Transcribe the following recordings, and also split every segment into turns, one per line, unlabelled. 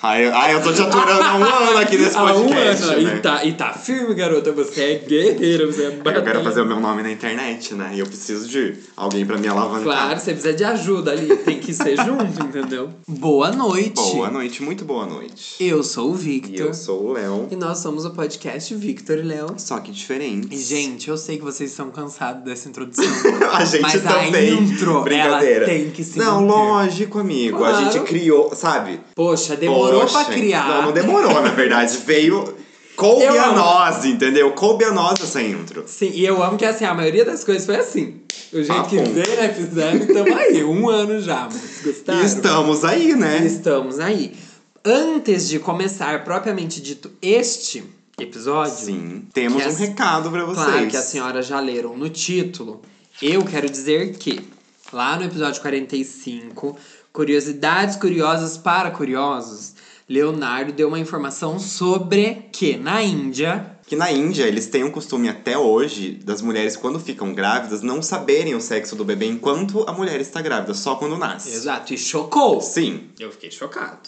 Ai, eu- ai, eu tô te aturando há um ano aqui nesse
Há um
podcast.
ano,
né?
e, tá, e tá firme, garota. Você é guerreira, você é
Eu
batalha-
quero fazer o meu nome na internet, né? E eu preciso de alguém pra me alavancar.
Claro, você precisa de ajuda ali. Tem que ser junto, entendeu? Boa noite.
Boa noite, muito boa noite.
Eu sou o
E
Victor.
eu sou o Léo,
E nós somos o podcast Victor e Léo.
só que diferente.
E, gente, eu sei que vocês estão cansados dessa introdução.
a gente
mas a
também.
intro, ela
Brincadeira.
tem que se
Não,
manter.
lógico, amigo. A
Claro.
gente criou, sabe?
Poxa, demorou
Poxa,
pra criar.
Não, não demorou, na verdade. Veio. Coube
Eu
a
amo.
nós, entendeu? Coube a nós essa intro.
Sim, e eu amo que assim, a maioria das coisas foi assim. O jeito que
Papo.
veio, né? Fizeram, estamos aí. Um ano já, mas gostaram?
E estamos aí, né?
Estamos aí. Antes de começar, propriamente dito, este episódio,
Sim. Temos
Que
um
as-
recado pra vocês.
claro que as senhoras já leram no título, eu quero dizer que, lá no episódio 45, Curiosidades Curiosas para Curiosos, Leonardo deu uma informação sobre que na Índia
Que na Índia, eles têm um costume até hoje das mulheres, quando ficam grávidas, não saberem o sexo do bebê enquanto a mulher está grávida, só quando nasce.
Exato, e chocou.
Sim.
Eu fiquei chocado.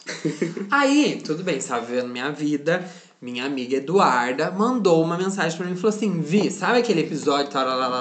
Aí, tudo bem, estava vivendo minha vida. Minha amiga Eduarda mandou uma mensagem pra mim e falou assim: Vi, sabe aquele episódio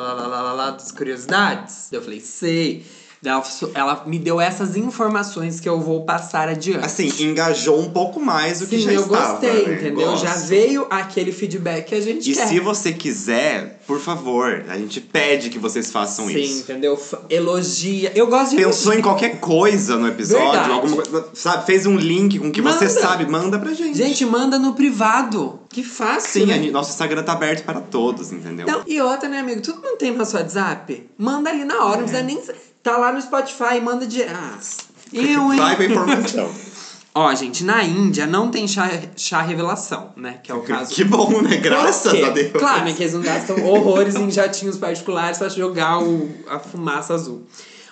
taralalalalala, das curiosidades? Eu falei, sei. Daí Ela, f- ela me deu essas informações que eu vou passar adiante.
Assim, engajou um pouco mais do que
Sim,
já
eu
estava.
gostei,
né?
entendeu?
Gosto.
Já veio aquele feedback que é. a gente
E
quer.
se você quiser, por favor, a gente pede que vocês façam
Sim,
isso.
entendeu? F- Elogia. Eu gosto de
Pensou em qualquer coisa no episódio,
Verdade.
alguma coisa, sabe? Fez um link com o que você
Manda.
sabe, manda pra gente.
Gente, manda no privado. Que fácil.
Sim,
né?
a gente- nosso Instagram tá aberto para todos, entendeu?
Não, e outra, né, amigo? Todo mundo tem nosso WhatsApp. Manda ali na hora, não precisa nem. Tá lá no Spotify, manda de. Ah, eu,
Vai pra
hein?
informação.
Ó, gente, na Índia não tem chá, chá revelação, né? Que é o caso.
que bom, né? Graças
Por quê?
a Deus.
Claro, né? Que eles não gastam horrores em jatinhos particulares pra jogar o- a fumaça azul.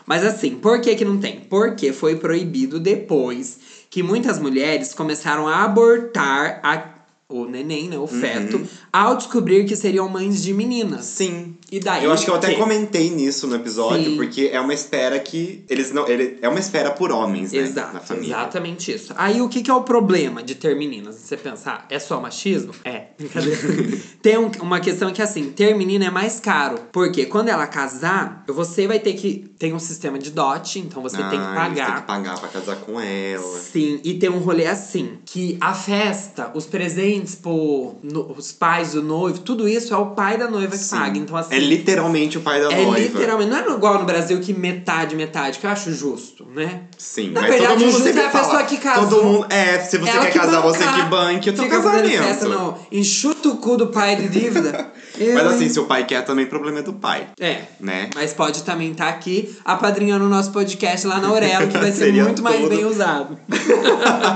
Mas assim, por que que não tem? Porque foi proibido depois que muitas mulheres começaram a abortar a- o neném, né? O feto, ao descobrir que seriam mães de meninas.
Sim.
E daí?
Eu acho que eu até
quê?
comentei nisso no episódio,
Ah, Sim.
porque é uma espera que eles não. Ele, é uma espera por homens, né? na
Exato,
família.
exatamente isso. Aí o que, que é o problema de ter meninas? Você pensa, ah, é só machismo? É, brincadeira. Tem um- uma questão que assim, ter menina é mais caro. Porque quando ela casar, você vai ter que. Tem um sistema de dote, então você tem que
Ah, eles têm
pagar.
que pagar pra casar com ela.
Sim, e tem um rolê assim, que a festa, os presentes, pro, no- os pais do noivo, tudo isso é o pai da noiva que
Sim.
paga. Então, assim,
é literalmente o pai da
é
noiva.
literalmente. Não é igual no Brasil que metade, metade, que eu acho justo, né?
Sim,
Na
mas
verdade,
todo mundo
justo
sempre
é a
fala,
pessoa que casou.
Todo mundo, é, se você
Ela
quer
que
casar, você
bancar.
que banque o teu
Fica fazendo Festa,
casamento.
não. Enxuta o cu do pai de dívida. Eu,
Mas assim,
hein?
se o pai quer também, problema é do pai,
É.
né?
Mas pode também estar aqui apadrinhando o nosso podcast lá na Aurelo, que vai ser
Seria
muito mais
tudo.
bem usado.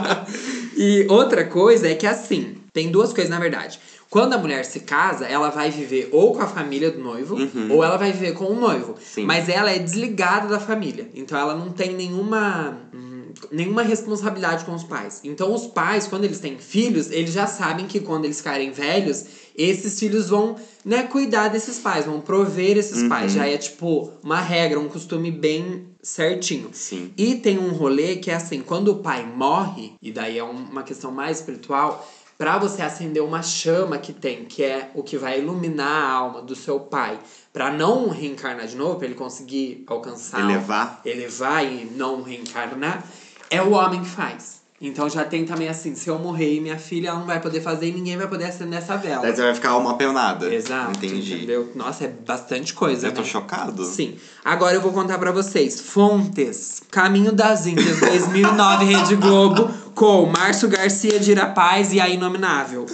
e outra coisa é que assim, tem duas coisas na verdade. Quando a mulher se casa, ela vai viver ou com a família do noivo, ou ela vai viver com o noivo.
Uhum. Sim.
Mas ela é desligada da família. Então ela não tem nenhuma. hum, Nenhuma responsabilidade com os pais. Então, os pais, quando eles têm filhos, eles já sabem que quando eles ficarem velhos, esses filhos vão né, cuidar desses pais, vão prover esses
Uhum.
pais. Já é tipo uma regra, um costume bem certinho.
Sim.
E tem um rolê que é assim, quando o pai morre, e daí é um- uma questão mais espiritual, pra você acender uma chama que tem, que é o que vai iluminar a alma do seu pai, pra não reencarnar de novo, pra ele conseguir alcançar,
Elevar.
elevar e não reencarnar, é o homem que faz. Então já tem também assim, se eu morrer e minha filha ela não vai poder fazer e ninguém vai poder acender essa vela.
Daí você vai ficar uma penada.
Exato,
Entendi.
entendeu? Nossa, é bastante coisa,
Eu tô
né?
chocado.
Sim. Agora eu vou contar pra vocês. Fontes. Caminho das Índias, 2009, Rede Globo, com Márcio Garcia de Irapaz e a Inominável.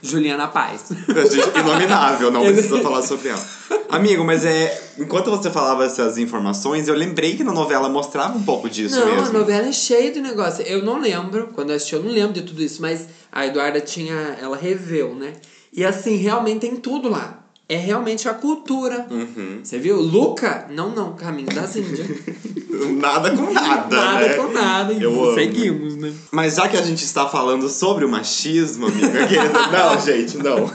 Juliana Paz.
A gente- Inominável, não precisa falar sobre ela. Amigo, mas é. Enquanto você falava essas informações, eu lembrei que na novela mostrava um pouco disso
não, a
mesmo.
novela é cheia de negócio. Eu não lembro, quando eu assisti, eu não lembro de tudo isso, mas a Eduarda tinha. Ela reveu, né? E assim, realmente tem tudo lá. É realmente a cultura.
Uhum.
Você viu? Luca? Não, não, Caminho das Índias.
Nada com nada.
nada
né?
com nada, hein?
Eu amo.
Seguimos, né?
Mas já que a gente está falando sobre o machismo, amiga, querida, não, gente, não.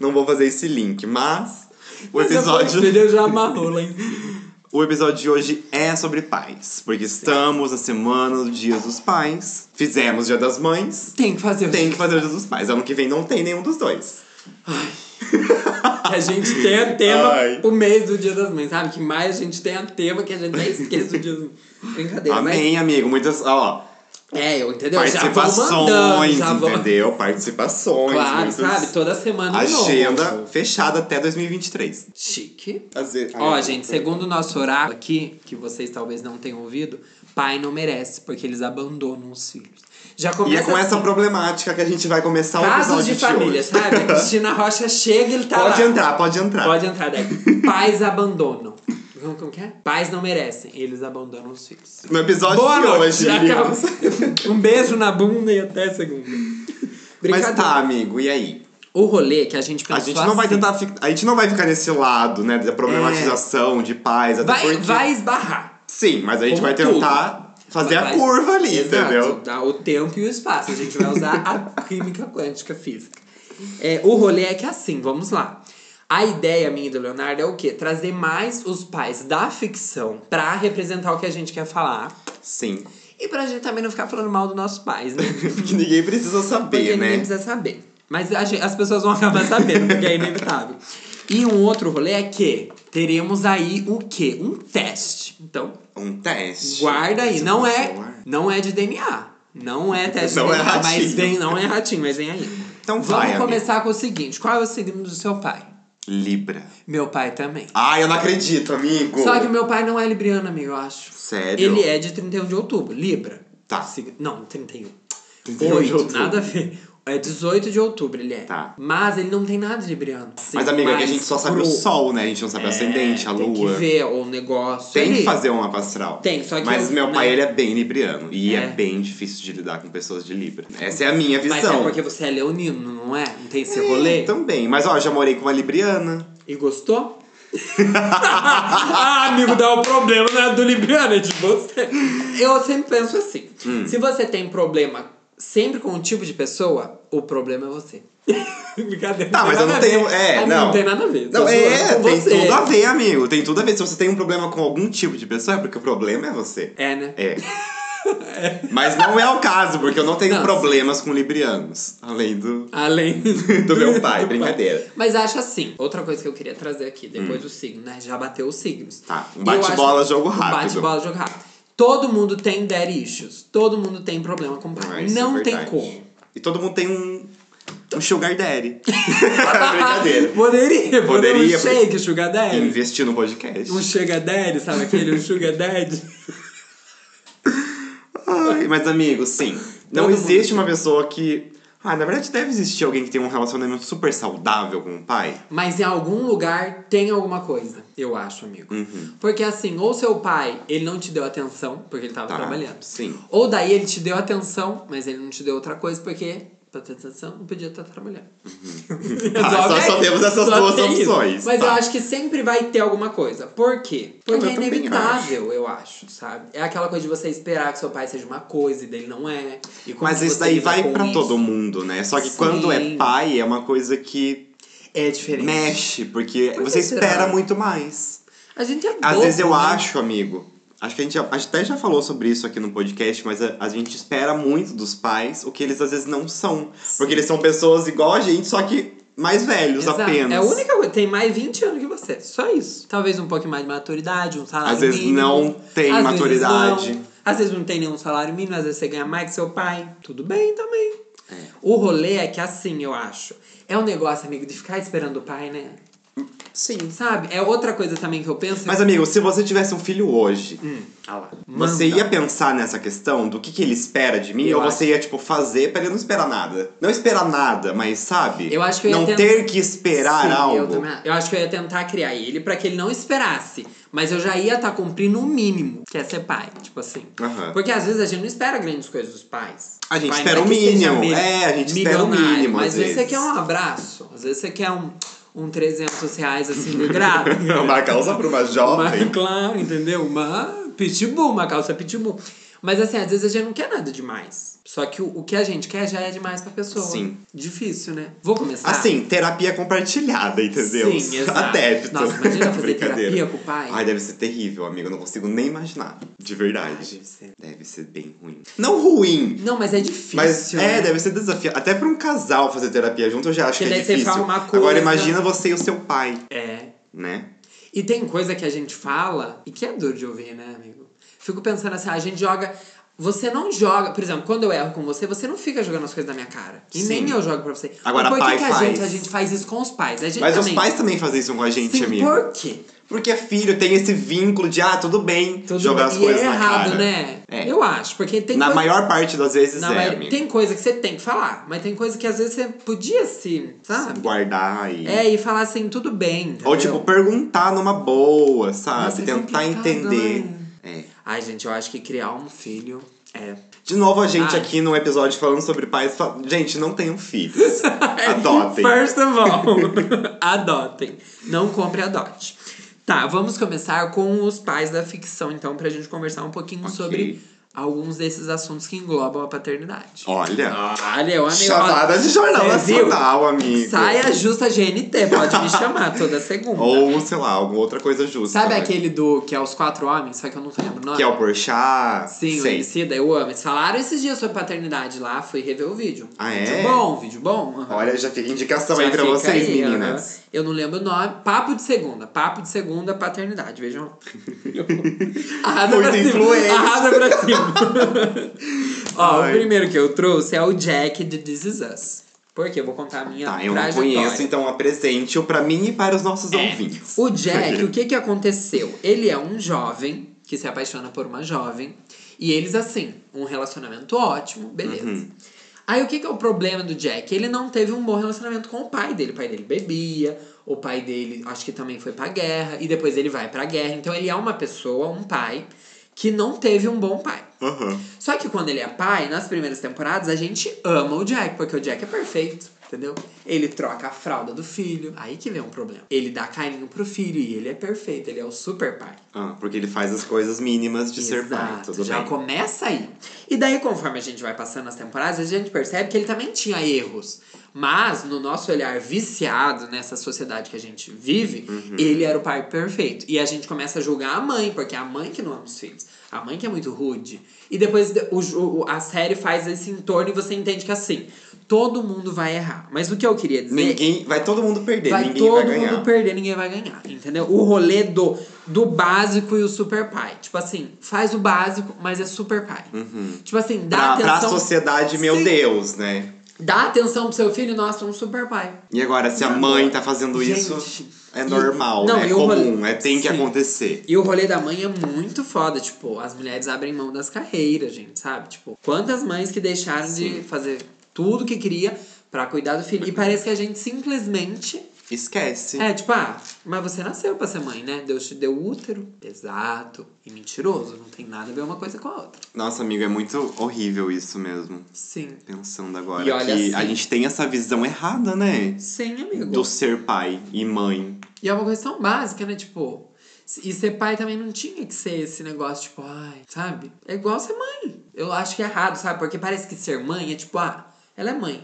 Não vou fazer esse link, mas o
Mas a
episódio.
família já amarrou lá em cima.
O episódio de hoje é sobre pais, porque estamos na semana do Dia dos Pais. Fizemos Dia das Mães,
Tem que fazer
tem que fazer o Dia dos Pais. Ano que vem não tem nenhum dos dois.
Que a gente tenha tema
Ai.
o mês do Dia das Mães, sabe? Que mais a gente tenha tema que a gente nem esqueça do Dia das Mães. Brincadeira,
Amém, amigo. Muitas, ó,
mas... É, eu entendeu? já vou mandando,
participações,
já vou...
entendeu? Participações.
Claro,
muitos-
sabe? Toda semana um novo.
Agenda fechada até 2023.
Chique.
Às vezes- é,
Ó,
Ai,
gente,
eu-
segundo o nosso oráculo aqui, que vocês talvez não tenham ouvido, pai não merece, porque eles abandonam os filhos. Já
E
começa
é com essa
assim,
problemática que a gente vai começar o
casos
episódio
de família,
hoje.
sabe? A Cristina Rocha chega e ele tá lá.
Pode entrar, pode entrar.
Pode entrar daí. Pais abandonam. Como, como que é? Pais não merecem, eles abandonam os filhos.
No episódio
Boa
de
noite,
hoje,
acaba.
amigos.
Um beijo na bunda e até segunda.
Mas
Brincadeira.
tá, amigo, e aí?
O rolê que a gente pensou
A gente não vai
assim,
tentar. fi- A gente não vai ficar nesse lado, né? Da problematização de pais, até
É. Vai,
porque.
vai esbarrar.
Sim, mas a gente
Como
vai tentar fazer
Vai-
a curva ali,
Exato,
entendeu?
tá? O tempo e o espaço. A gente vai usar a química quântica física. É, o rolê é que é assim, vamos lá. A ideia minha e do Leonardo é o quê? Trazer mais os pais da ficção pra representar o que a gente quer falar.
Sim.
E pra gente também não ficar falando mal dos nossos pais, né?
Que ninguém precisa
Porque
saber,
ninguém
né?
precisa saber. Mas a gen- as pessoas vão acabar sabendo, porque é inevitável. E um outro rolê é que teremos aí o quê? Um teste. Então,
Um teste.
guarda aí.
Esse
Não é,
professor.
não é de DNA. Não é teste
Não
de
é
DNA, mas
ratinho.
vem, não é ratinho, mas vem aí.
Então
Vamos
vai, amigo.
começar com o seguinte: qual é o signo do seu pai?
Libra.
Meu pai também.
Ai, eu não acredito, amigo.
Só que meu pai não é libriano, amigo, eu acho.
Sério?
Ele é de 31 de outubro, Libra.
Tá.
Sig- Não, 31.
31 de
8,
outubro.
nada a ver. É 18 de outubro ele é.
Tá.
Mas ele não tem nada de libriano. Assim,
Mas, amigo, aqui a
mais
gente só sabe
cru.
o sol, né? A gente não sabe o ascendente, a
Tem que
lua.
ver o negócio
Tem que
ali.
fazer uma pastral.
Tem, só que
Mas
eu-
meu pai,
né?
ele é bem libriano. E é.
É.
bem difícil de lidar com pessoas de Libra. Essa é a minha
Mas é
visão.
porque você é leonino, não é? Não tem esse
É,
rolê?
Também. Mas, ó, já morei com uma libriana.
E gostou? ah, amigo, dá um problema não é do Libriano, é de você. Eu sempre penso assim: se você tem problema sempre com um tipo de pessoa, o problema é você. Brincadeira.
Tá, mas eu
nada
não
a ver.
tenho- é,
Ah,
não.
Não tem nada a ver. tô
Não, é,
zoando com
tem
você.
tudo a ver, amigo. Tem tudo a ver. Se você tem um problema com algum tipo de pessoa, é porque o problema é você.
É, né?
É. Mas não é o caso, porque eu não tenho
Não,
problemas com librianos. Além do,
Além
do meu pai, brincadeira.
Mas acho assim, outra coisa que eu queria trazer aqui, depois do signo, né? Já bateu os signos.
Tá, um
Eu
bate-bola,
acho-
jogo
um
rápido.
Bate-bola, jogo rápido. Todo mundo tem dad issues. Todo mundo tem problema com o
Ah,
pai.
isso é
não tem
verdade.
como.
E todo mundo tem um, um sugar daddy. brincadeira.
Poderia, poderia.
Poderia,
Um shake, sugar daddy.
Investir no podcast.
Um sugar daddy, sabe aquele? Um sugar daddy.
Ai, mas, amigo, sim. Não
Todo
existe uma pessoa que. Ah, na verdade deve existir alguém que tem um relacionamento super saudável com o pai.
Mas em algum lugar tem alguma coisa, eu acho, amigo.
Uhum.
Porque assim, ou seu pai, ele não te deu atenção, porque ele tava
Tá,
trabalhando.
sim.
Ou daí ele te deu atenção, mas ele não te deu outra coisa, porque pra ter atenção não podia estar trabalhando.
Tá,
Resolve
só- só
aí.
temos essas duas
tem isso.
opções,
Mas
tá.
eu acho que sempre vai ter alguma coisa. Por quê? Porque
Eu
é
também
inevitável, eu acho, sabe? É aquela coisa de você esperar que seu pai seja uma coisa e dele não é. E como
Mas
que
isso
você
daí
lida
vai
com
pra
isso.
todo mundo, né? Só que quando
Sim.
é pai, é uma coisa que
É diferente.
mexe, porque
Por que
você
será?
espera muito mais.
A gente é
Às
bobo,
vezes eu
né?
acho, amigo. Acho que a gente já- até já falou sobre isso aqui no podcast, mas a, a gente espera muito dos pais o que eles às vezes não são. Porque eles são pessoas igual a gente, só que mais velhos
Exato.
apenas.
É a única coisa. Tem mais 20 anos que você. Só isso. Talvez um pouquinho mais de maturidade, um salário
Às vezes
mínimo.
não tem
Às
maturidade.
Vezes não. Às vezes não tem nenhum salário mínimo, às vezes você ganha mais que seu pai. Tudo bem também.
É.
O rolê é que assim, eu acho. É um negócio, amigo, de ficar esperando o pai, né?
Sim.
Sabe? É outra coisa também que eu penso.
Mas, amigo, se você tivesse um filho hoje,
Hum, ah lá.
você
Manda.
ia pensar nessa questão do que, que ele espera de mim?
Eu
ou você ia, tipo, fazer pra ele não esperar nada? Não esperar nada, mas sabe?
Eu acho que eu ia
Não
tentar-
ter que esperar
Sim,
algo.
Eu, também- eu acho que eu ia tentar criar ele pra que ele não esperasse. Mas eu já ia estar cumprindo o mínimo, que é ser pai. Tipo assim.
Aham.
Porque às vezes a gente não espera grandes coisas dos pais.
É. A gente
Pai,
espera
não
o
que seja
mínimo.
mi-
É, a gente espera o
milionário,
mínimo,
Mas
às
vezes você
vezes.
quer um abraço. Às vezes você quer um, um 300 reais assim de graça.
É Uma causa pra uma
Uma-
jovem.
claro, entendeu? Uma pitbull, uma calça pitbull. Mas assim, às vezes a gente não quer nada demais. Só que o, o que a gente quer já é demais pra pessoa.
Sim.
Difícil, né? Vou começar.
Assim, terapia compartilhada, entendeu?
Sim, exato.
Até.
Nossa, imagina fazer
Brincadeira.
terapia com o pai.
Ai, deve ser terrível, amigo. Eu não consigo nem imaginar. De
Ai,
verdade.
deve ser.
Deve ser bem ruim. Não ruim,
Não, mas é difícil.
Mas
né?
é, deve ser desafio. Até pra um casal fazer terapia junto, eu já acho
Porque
que é
daí você
difícil.
fala uma
Agora
coisa-
imagina você e o seu pai,
É.
né?
E tem coisa que a gente fala e que é duro de ouvir, né, amigo? Fico pensando assim, a gente joga. Você não joga, por exemplo, quando eu erro com você, você não fica jogando as coisas na minha cara. E
Sim.
nem eu jogo pra você.
Agora,
Mas por
pai
que, que a
faz.
gente, a gente faz isso com os pais? A gente
Mas
também.
os pais também fazem isso com a gente,
Sim,
amigo.
por quê?
Porque filho tem esse vínculo de, ah, tudo bem
Tudo
jogar
bem.
as
E
coisas
é
na
errado,
cara.
né?
É.
Eu acho, porque tem
na
coisa-
maior parte das vezes
na
é,
maioria-
amigo.
tem coisa que você tem que falar, mas tem coisa que às vezes você podia se, sabe?
Guardar e...
É, e falar assim, tudo bem.
Ou,
entendeu?
tipo, perguntar numa boa, sabe?
Nossa, é
Tentar
complicado,
entender.
né?
É.
Ai, gente, eu acho que criar um filho é.
De novo, a gente
Ai.
aqui num episódio falando sobre pais. fa- Gente, não tenham filhos.
É,
Adotem.
First of all, adotem. Não compre, adote. Tá, vamos começar com os pais da ficção, então, pra gente conversar um pouquinho
Ok.
sobre alguns desses assuntos que englobam a paternidade.
Olha.
Olha, eu amei.
Chamada de jornal
Cê viu?
nacional, amigo.
Saia justa GNT, pode me chamar toda segunda.
Ou, sei lá, alguma outra coisa justa.
Sabe
né?
aquele do que é os quatro homens, só que eu não lembro o nome?
Que é o Porchat.
Sim, o
sei.
Emicida, eu amo. Eles falaram esses dias sobre paternidade lá, fui rever o vídeo.
Ah,
vídeo
é?
bom, vídeo bom. aham.
Olha, já fica indicação
Já
aí pra
fica
vocês,
aí,
meninas.
aham. Eu não lembro o nome. Papo de segunda. Papo de segunda, paternidade. Vejam lá. Arrasa
Muito
pra
influente.
cima. Arrasa pra cima. Ó,
Ai.
o primeiro que eu trouxe é o Jack de This Is Us. Porque eu vou contar a minha
Tá, eu não
trajetória.
conheço, então apresente-o pra mim e para os
É.
nossos ouvintes.
O Jack, o que que aconteceu? Ele é um jovem que se apaixona por uma jovem. E eles, assim, um relacionamento ótimo, beleza.
Uhum.
Aí o que que é o problema do Jack? Ele não teve um bom relacionamento com o pai dele. O pai dele bebia, o pai dele acho que também foi pra guerra, e depois ele vai pra guerra. Então ele é uma pessoa, um pai, que não teve um bom pai.
Aham.
Só que quando ele é pai, nas primeiras temporadas, a gente ama o Jack, porque o Jack é perfeito, entendeu? Ele troca a fralda do filho, aí que vem um problema. Ele dá carinho pro filho e ele é perfeito, ele é o super pai.
Ah, porque ele faz as coisas mínimas de ser pai,
Exato,
tudo
já
bem.
começa aí. E daí, conforme a gente vai passando as temporadas, a gente percebe que ele também tinha erros. Mas, no nosso olhar viciado nessa sociedade que a gente vive,
Uhum.
ele era o pai perfeito. E a gente começa a julgar a mãe, porque é a mãe que não ama os filhos. A mãe que é muito rude. E depois o ju- o- a série faz esse entorno e você entende que assim, todo mundo vai errar. Mas o que eu queria dizer
Ninguém. Vai todo mundo perder,
vai
ninguém vai
todo
ganhar.
mundo perder, ninguém vai ganhar, entendeu? O rolê do, do básico e o super pai. Tipo assim, faz o básico, mas é super pai. Tipo assim, dá
Uhum. Pra, pra
atenção.
sociedade, meu
Sim.
Deus, né?
Dá atenção pro seu filho, nossa, um super pai.
E agora, se a mãe tá fazendo
Gente,
isso, é
e-
normal,
não,
né? É
e o rolê-
comum, é, tem que
Sim.
acontecer.
E o rolê da mãe é muito foda, tipo, as mulheres abrem mão das carreiras, gente, sabe? Tipo, quantas mães que deixaram de fazer tudo que queria pra cuidar do filho. E parece que a gente simplesmente
Esquece.
É, tipo, ah, mas você nasceu pra ser mãe, né? Deus te deu útero, pesado e mentiroso. Não tem nada a ver uma coisa com a outra.
Nossa, amigo, é muito horrível isso mesmo.
Sim.
Pensando agora
E olha
que a
assim-
gente tem essa visão errada, né?
Sim, É. amigo.
Do ser pai e mãe.
E é uma coisa tão básica, né? Tipo, e ser pai também não tinha que ser esse negócio, tipo, ai, sabe? É igual ser mãe. Eu acho que é errado, sabe? Porque parece que ser mãe é tipo, ah, ela é mãe.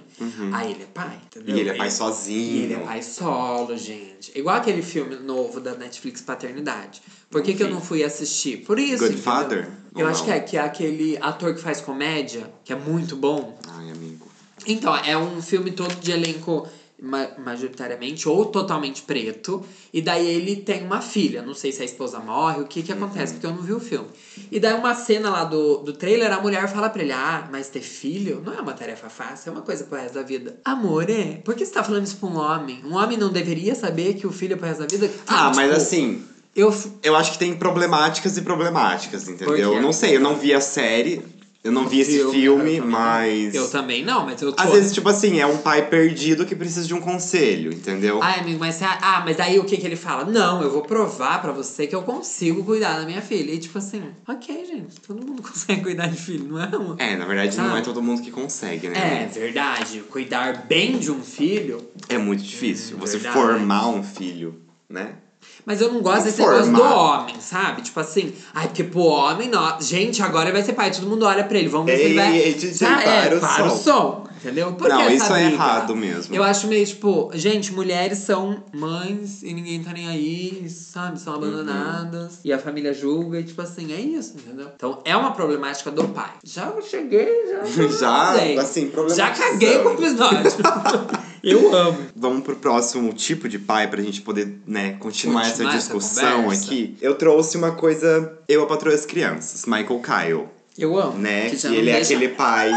Aí ele é pai, entendeu?
Uhum. E ele é pai
E
sozinho.
ele é pai solo, gente. Igual aquele filme novo da Netflix Paternidade. Por que, que eu não fui assistir? Por isso.
Good
entendeu?
Father?
Eu
Ou
acho
não?
que é, que é aquele ator que faz comédia, que é muito bom.
Ai, amigo.
Então, é um filme todo de elenco ma- majoritariamente ou totalmente preto. E daí ele tem uma filha. Não sei se a esposa morre, o que que
Uhum.
acontece, porque eu não vi o filme. E daí uma cena lá do, do trailer, a mulher fala pra ele, ah, mas ter filho não é uma tarefa fácil, é uma coisa pro resto da vida. Amor, é? Por que você tá falando isso pra um homem? Um homem não deveria saber que o filho é pro resto da vida?
Ah,
Sabe,
mas
tipo,
assim,
Eu... f-
eu acho que tem problemáticas e problemáticas,
Por quê?
entendeu? Eu não sei, eu não vi a série, eu não vi esse
eu-
filme,
eu também-
mas.
Eu também não, mas eu tô...
Às vezes, tipo assim, é um pai perdido que precisa de um conselho, entendeu?
Ai, amigo, mas, você- ah, mas aí o que, que ele fala? Não, eu vou provar pra você que eu consigo cuidar da minha filha. E tipo assim, ok, gente, todo mundo consegue cuidar de filho, não é? amor?
É, na verdade, não
Sabe?
é todo mundo que consegue,
É
né?
verdade, cuidar bem de um filho
É, muito difícil.
Hum,
você
verdade.
formar um filho, né?
Mas eu não gosto desse
Formato.
negócio do homem, sabe? Tipo assim, ai, porque pro homem, não. gente, agora ele vai ser pai. Todo mundo olha pra ele, vamos ver se
Ei,
ele vai.
ei, DJ,
Sabe?
para
é,
o
para o
som.
som. Entendeu? Por
não,
que
isso
essa
é
briga?
errado mesmo.
Eu acho meio tipo, gente, mulheres são mães e ninguém tá nem aí, sabe? São abandonadas Uhum. e a família julga e tipo assim, é isso, entendeu? Então é uma problemática do pai. Já cheguei, já.
Já,
andei.
assim,
Já
problematizando.
caguei com o episódio. Eu amo.
Vamos pro próximo tipo de pai pra gente poder, né, continuar,
Continuar
essa
essa
discussão
conversa.
aqui. Eu trouxe uma coisa, eu a patroa as crianças, Michael Kyle,
Eu amo.
né? Que,
já não
ele é
deixa-
aquele pai.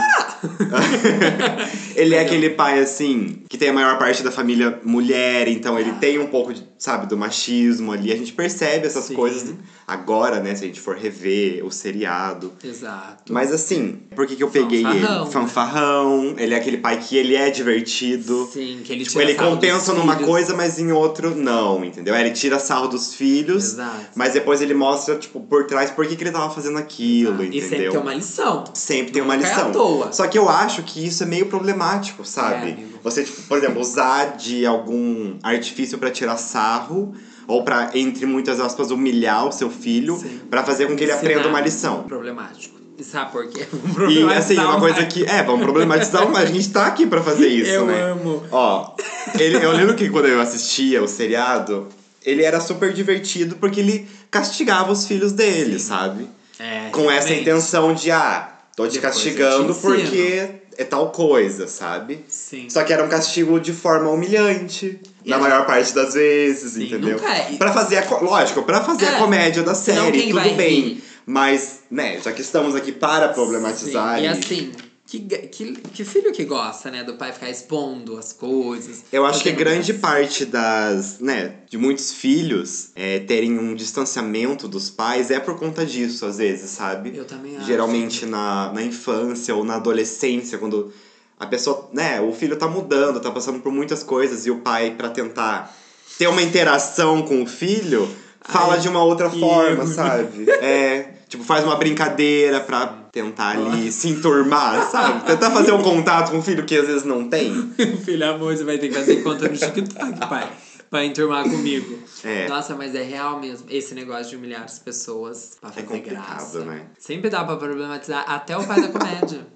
ele é
Legal.
aquele pai assim que tem a maior parte da família mulher, então ele tem um pouco de, sabe, do machismo ali. A gente percebe essas
Sim.
coisas agora, né, se a gente for rever o seriado.
Exato.
Mas assim, por que, que eu peguei
Fanfarrão,
ele?
né?
Fanfarrão, ele é aquele pai que ele é divertido.
Sim, que ele
Tipo,
tira
ele
sarro dos
compensa numa
filhos.
coisa, mas em outro não, entendeu? Ele tira sarro dos filhos,
Exato.
mas depois ele mostra, tipo, por trás por que, que ele tava fazendo aquilo,
E sempre
entendeu?
tem um uma lição.
Sempre tem uma
Nunca é
lição.
à toa.
Só que eu acho que isso é meio problemático, sabe?
É, amigo.
Você, tipo, por exemplo, usar de algum artifício pra tirar sarro ou pra, entre muitas aspas, humilhar o seu filho
Sim.
pra fazer com que ele
Ensinar.
aprenda uma lição.
Problemático. E sabe por quê?
E assim, uma coisa
que
que. É, vamos problematizar, mas a gente tá aqui pra fazer isso,
eu
né?
amo.
Ó, ele, eu lembro que quando eu assistia o seriado, ele era super divertido porque ele castigava os filhos dele, sabe?
É,
Com essa
realmente.
intenção de, ah, tô te
Depois eu te
castigando
ensino.
porque é tal coisa, sabe?
Sim.
Só que era um castigo de forma humilhante,
E
na
a-
maior parte das vezes,
Sim,
entendeu?
nunca é-
Pra fazer a. co- Lógico, pra fazer a
É.
comédia da
Senão
série,
quem
tudo
vai
bem.
rir?
Mas, né, já que estamos aqui para problematizar.
Sim, E assim, que, ga- que, que filho que gosta, né? Do pai ficar expondo as coisas.
Eu acho que
fazendo-
grande parte das, né, de muitos filhos é, terem um distanciamento dos pais é por conta disso, às vezes, sabe?
Eu também acho.
Geralmente né? na, na infância ou na adolescência, quando a pessoa, né, o filho tá mudando, tá passando por muitas coisas e o pai, pra tentar ter uma interação com o filho, fala
Ai,
de uma outra
que
forma,
erro.
sabe? É, tipo, faz uma brincadeira pra tentar ali se enturmar, sabe? Tentar fazer um contato com o filho que às vezes não tem.
Filho, amor, você vai ter que fazer conta no TikTok, pai. Pra enturmar comigo.
É.
Nossa, mas é real mesmo. Esse negócio de humilhar as pessoas pra fazer
É complicado,
é graça.
né?
Sempre dá pra problematizar até o pai da comédia.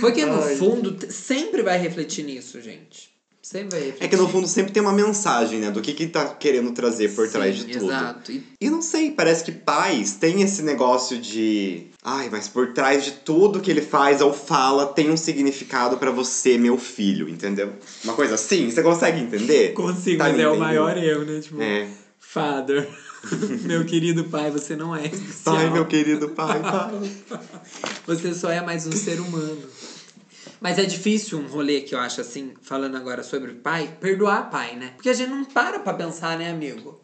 Porque no
Ai.
fundo t- sempre vai refletir nisso, gente. Sempre vai refletir.
É que no fundo sempre tem uma mensagem, né? Do que que tá querendo trazer por trás de
Sim,
tudo.
Exato. E
E não sei, parece que pais têm esse negócio de. Ai, mas por trás de tudo que ele faz ou fala tem um significado pra você, meu filho, entendeu? Uma coisa assim, você consegue entender?
consigo,
Tá
mas
me
é o
entendendo?
maior eu, né? Tipo,
É.
Father, meu querido pai, você não é especial.
Pai, Tá, meu querido pai, pai.
Você só é mais um ser humano. Mas é difícil um rolê que eu acho assim, falando agora sobre pai, perdoar pai, né? Porque a gente não para pra pensar, né, amigo?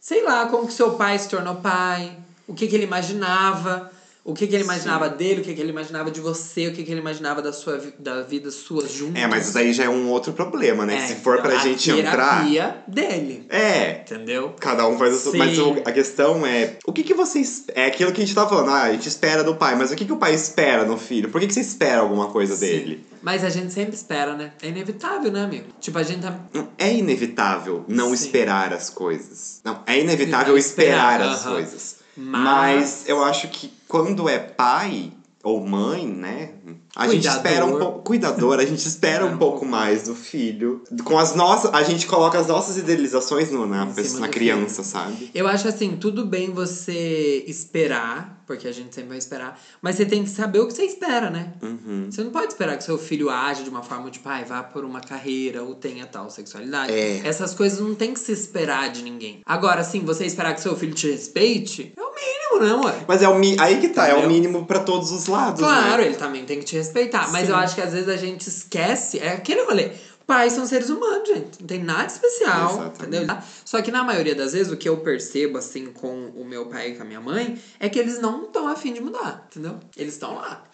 Sei lá, como que seu pai se tornou pai, o que, que ele imaginava, o que, que ele imaginava dele, o que, que ele imaginava de você, o que, que ele imaginava da, sua, vi- da vida sua junto.
É, mas isso aí já é um outro problema, né?
É,
Se for pra
a
gente entrar.
terapia dele,
É,
entendeu?
Cada um faz o seu. Mas
Sim.
o- a questão é. O que, que você. es- É aquilo que a gente tá falando, ah, a gente espera do pai, mas o que, que o pai espera no filho? Por que, que você espera alguma coisa dele?
Mas a gente sempre espera, né? É inevitável, né, amigo? Tipo, a gente tá
É inevitável não
Sim.
esperar as coisas. Não, é inevitável
Não
esperar,
esperar,
as
aham.
coisas.
Mas-
Mas eu acho que quando é pai ou mãe, né? A gente
Cuidador.
espera um pouco. Cuidador, a gente espera um pouco mais do filho. Com as nossas. A gente coloca as nossas idealizações no, na,
Em cima
pessoa- na
do
criança, sabe?
Eu acho assim, tudo bem você esperar, porque a gente sempre vai esperar, mas você tem que saber o que você espera, né?
Uhum.
Você não pode esperar que seu filho age de uma forma de pai, vá por uma carreira ou tenha tal sexualidade.
É.
Essas coisas não tem que se esperar de ninguém. Agora, assim, você esperar que seu filho te respeite, é o mínimo, né, amor?
Mas é o mi- aí que tá, é o
Entendeu?
mínimo pra todos os lados,
Claro,
né?
ele também tem que te respeitar. Mas
Sim.
eu acho que às vezes a gente esquece. É aquele rolê. Pais são seres humanos, gente. Não tem nada especial.
Exatamente.
Entendeu? Tá? Só que na maioria das vezes, o que eu percebo, assim, com o meu pai e com a minha mãe, é que eles não estão afim de mudar, entendeu? Eles estão lá.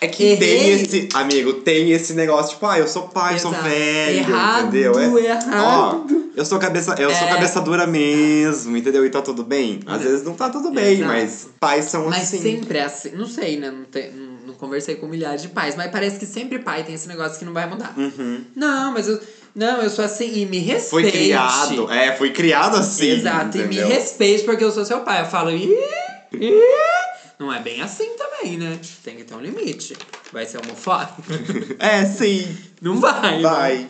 É que
Errei.
tem esse, amigo, tem esse negócio tipo, ah, eu sou pai, eu sou
Exato.
velho,
Errado,
entendeu? É
errado.
Ó, eu sou cabeça, eu sou
Ah. É. Uhum.
cabeça dura mesmo, entendeu? E tá tudo bem? Às vezes não tá tudo bem,
Exato.
mas pais são
Mas
assim.
sempre é assim. Não sei, né? Não, te- não- não conversei com milhares de pais, mas parece que sempre pai tem esse negócio que não vai mudar.
Uhum.
Não, mas eu. Não, eu sou assim e me respeite.
Foi criado. É, foi criado assim.
Exato, e
entendeu?
me respeite porque eu sou seu pai. Eu falo, ih, ih. Não é bem assim também, né? Tem que ter um limite. Vai ser homofóbico?
É, sim.
Não vai. né?
Vai.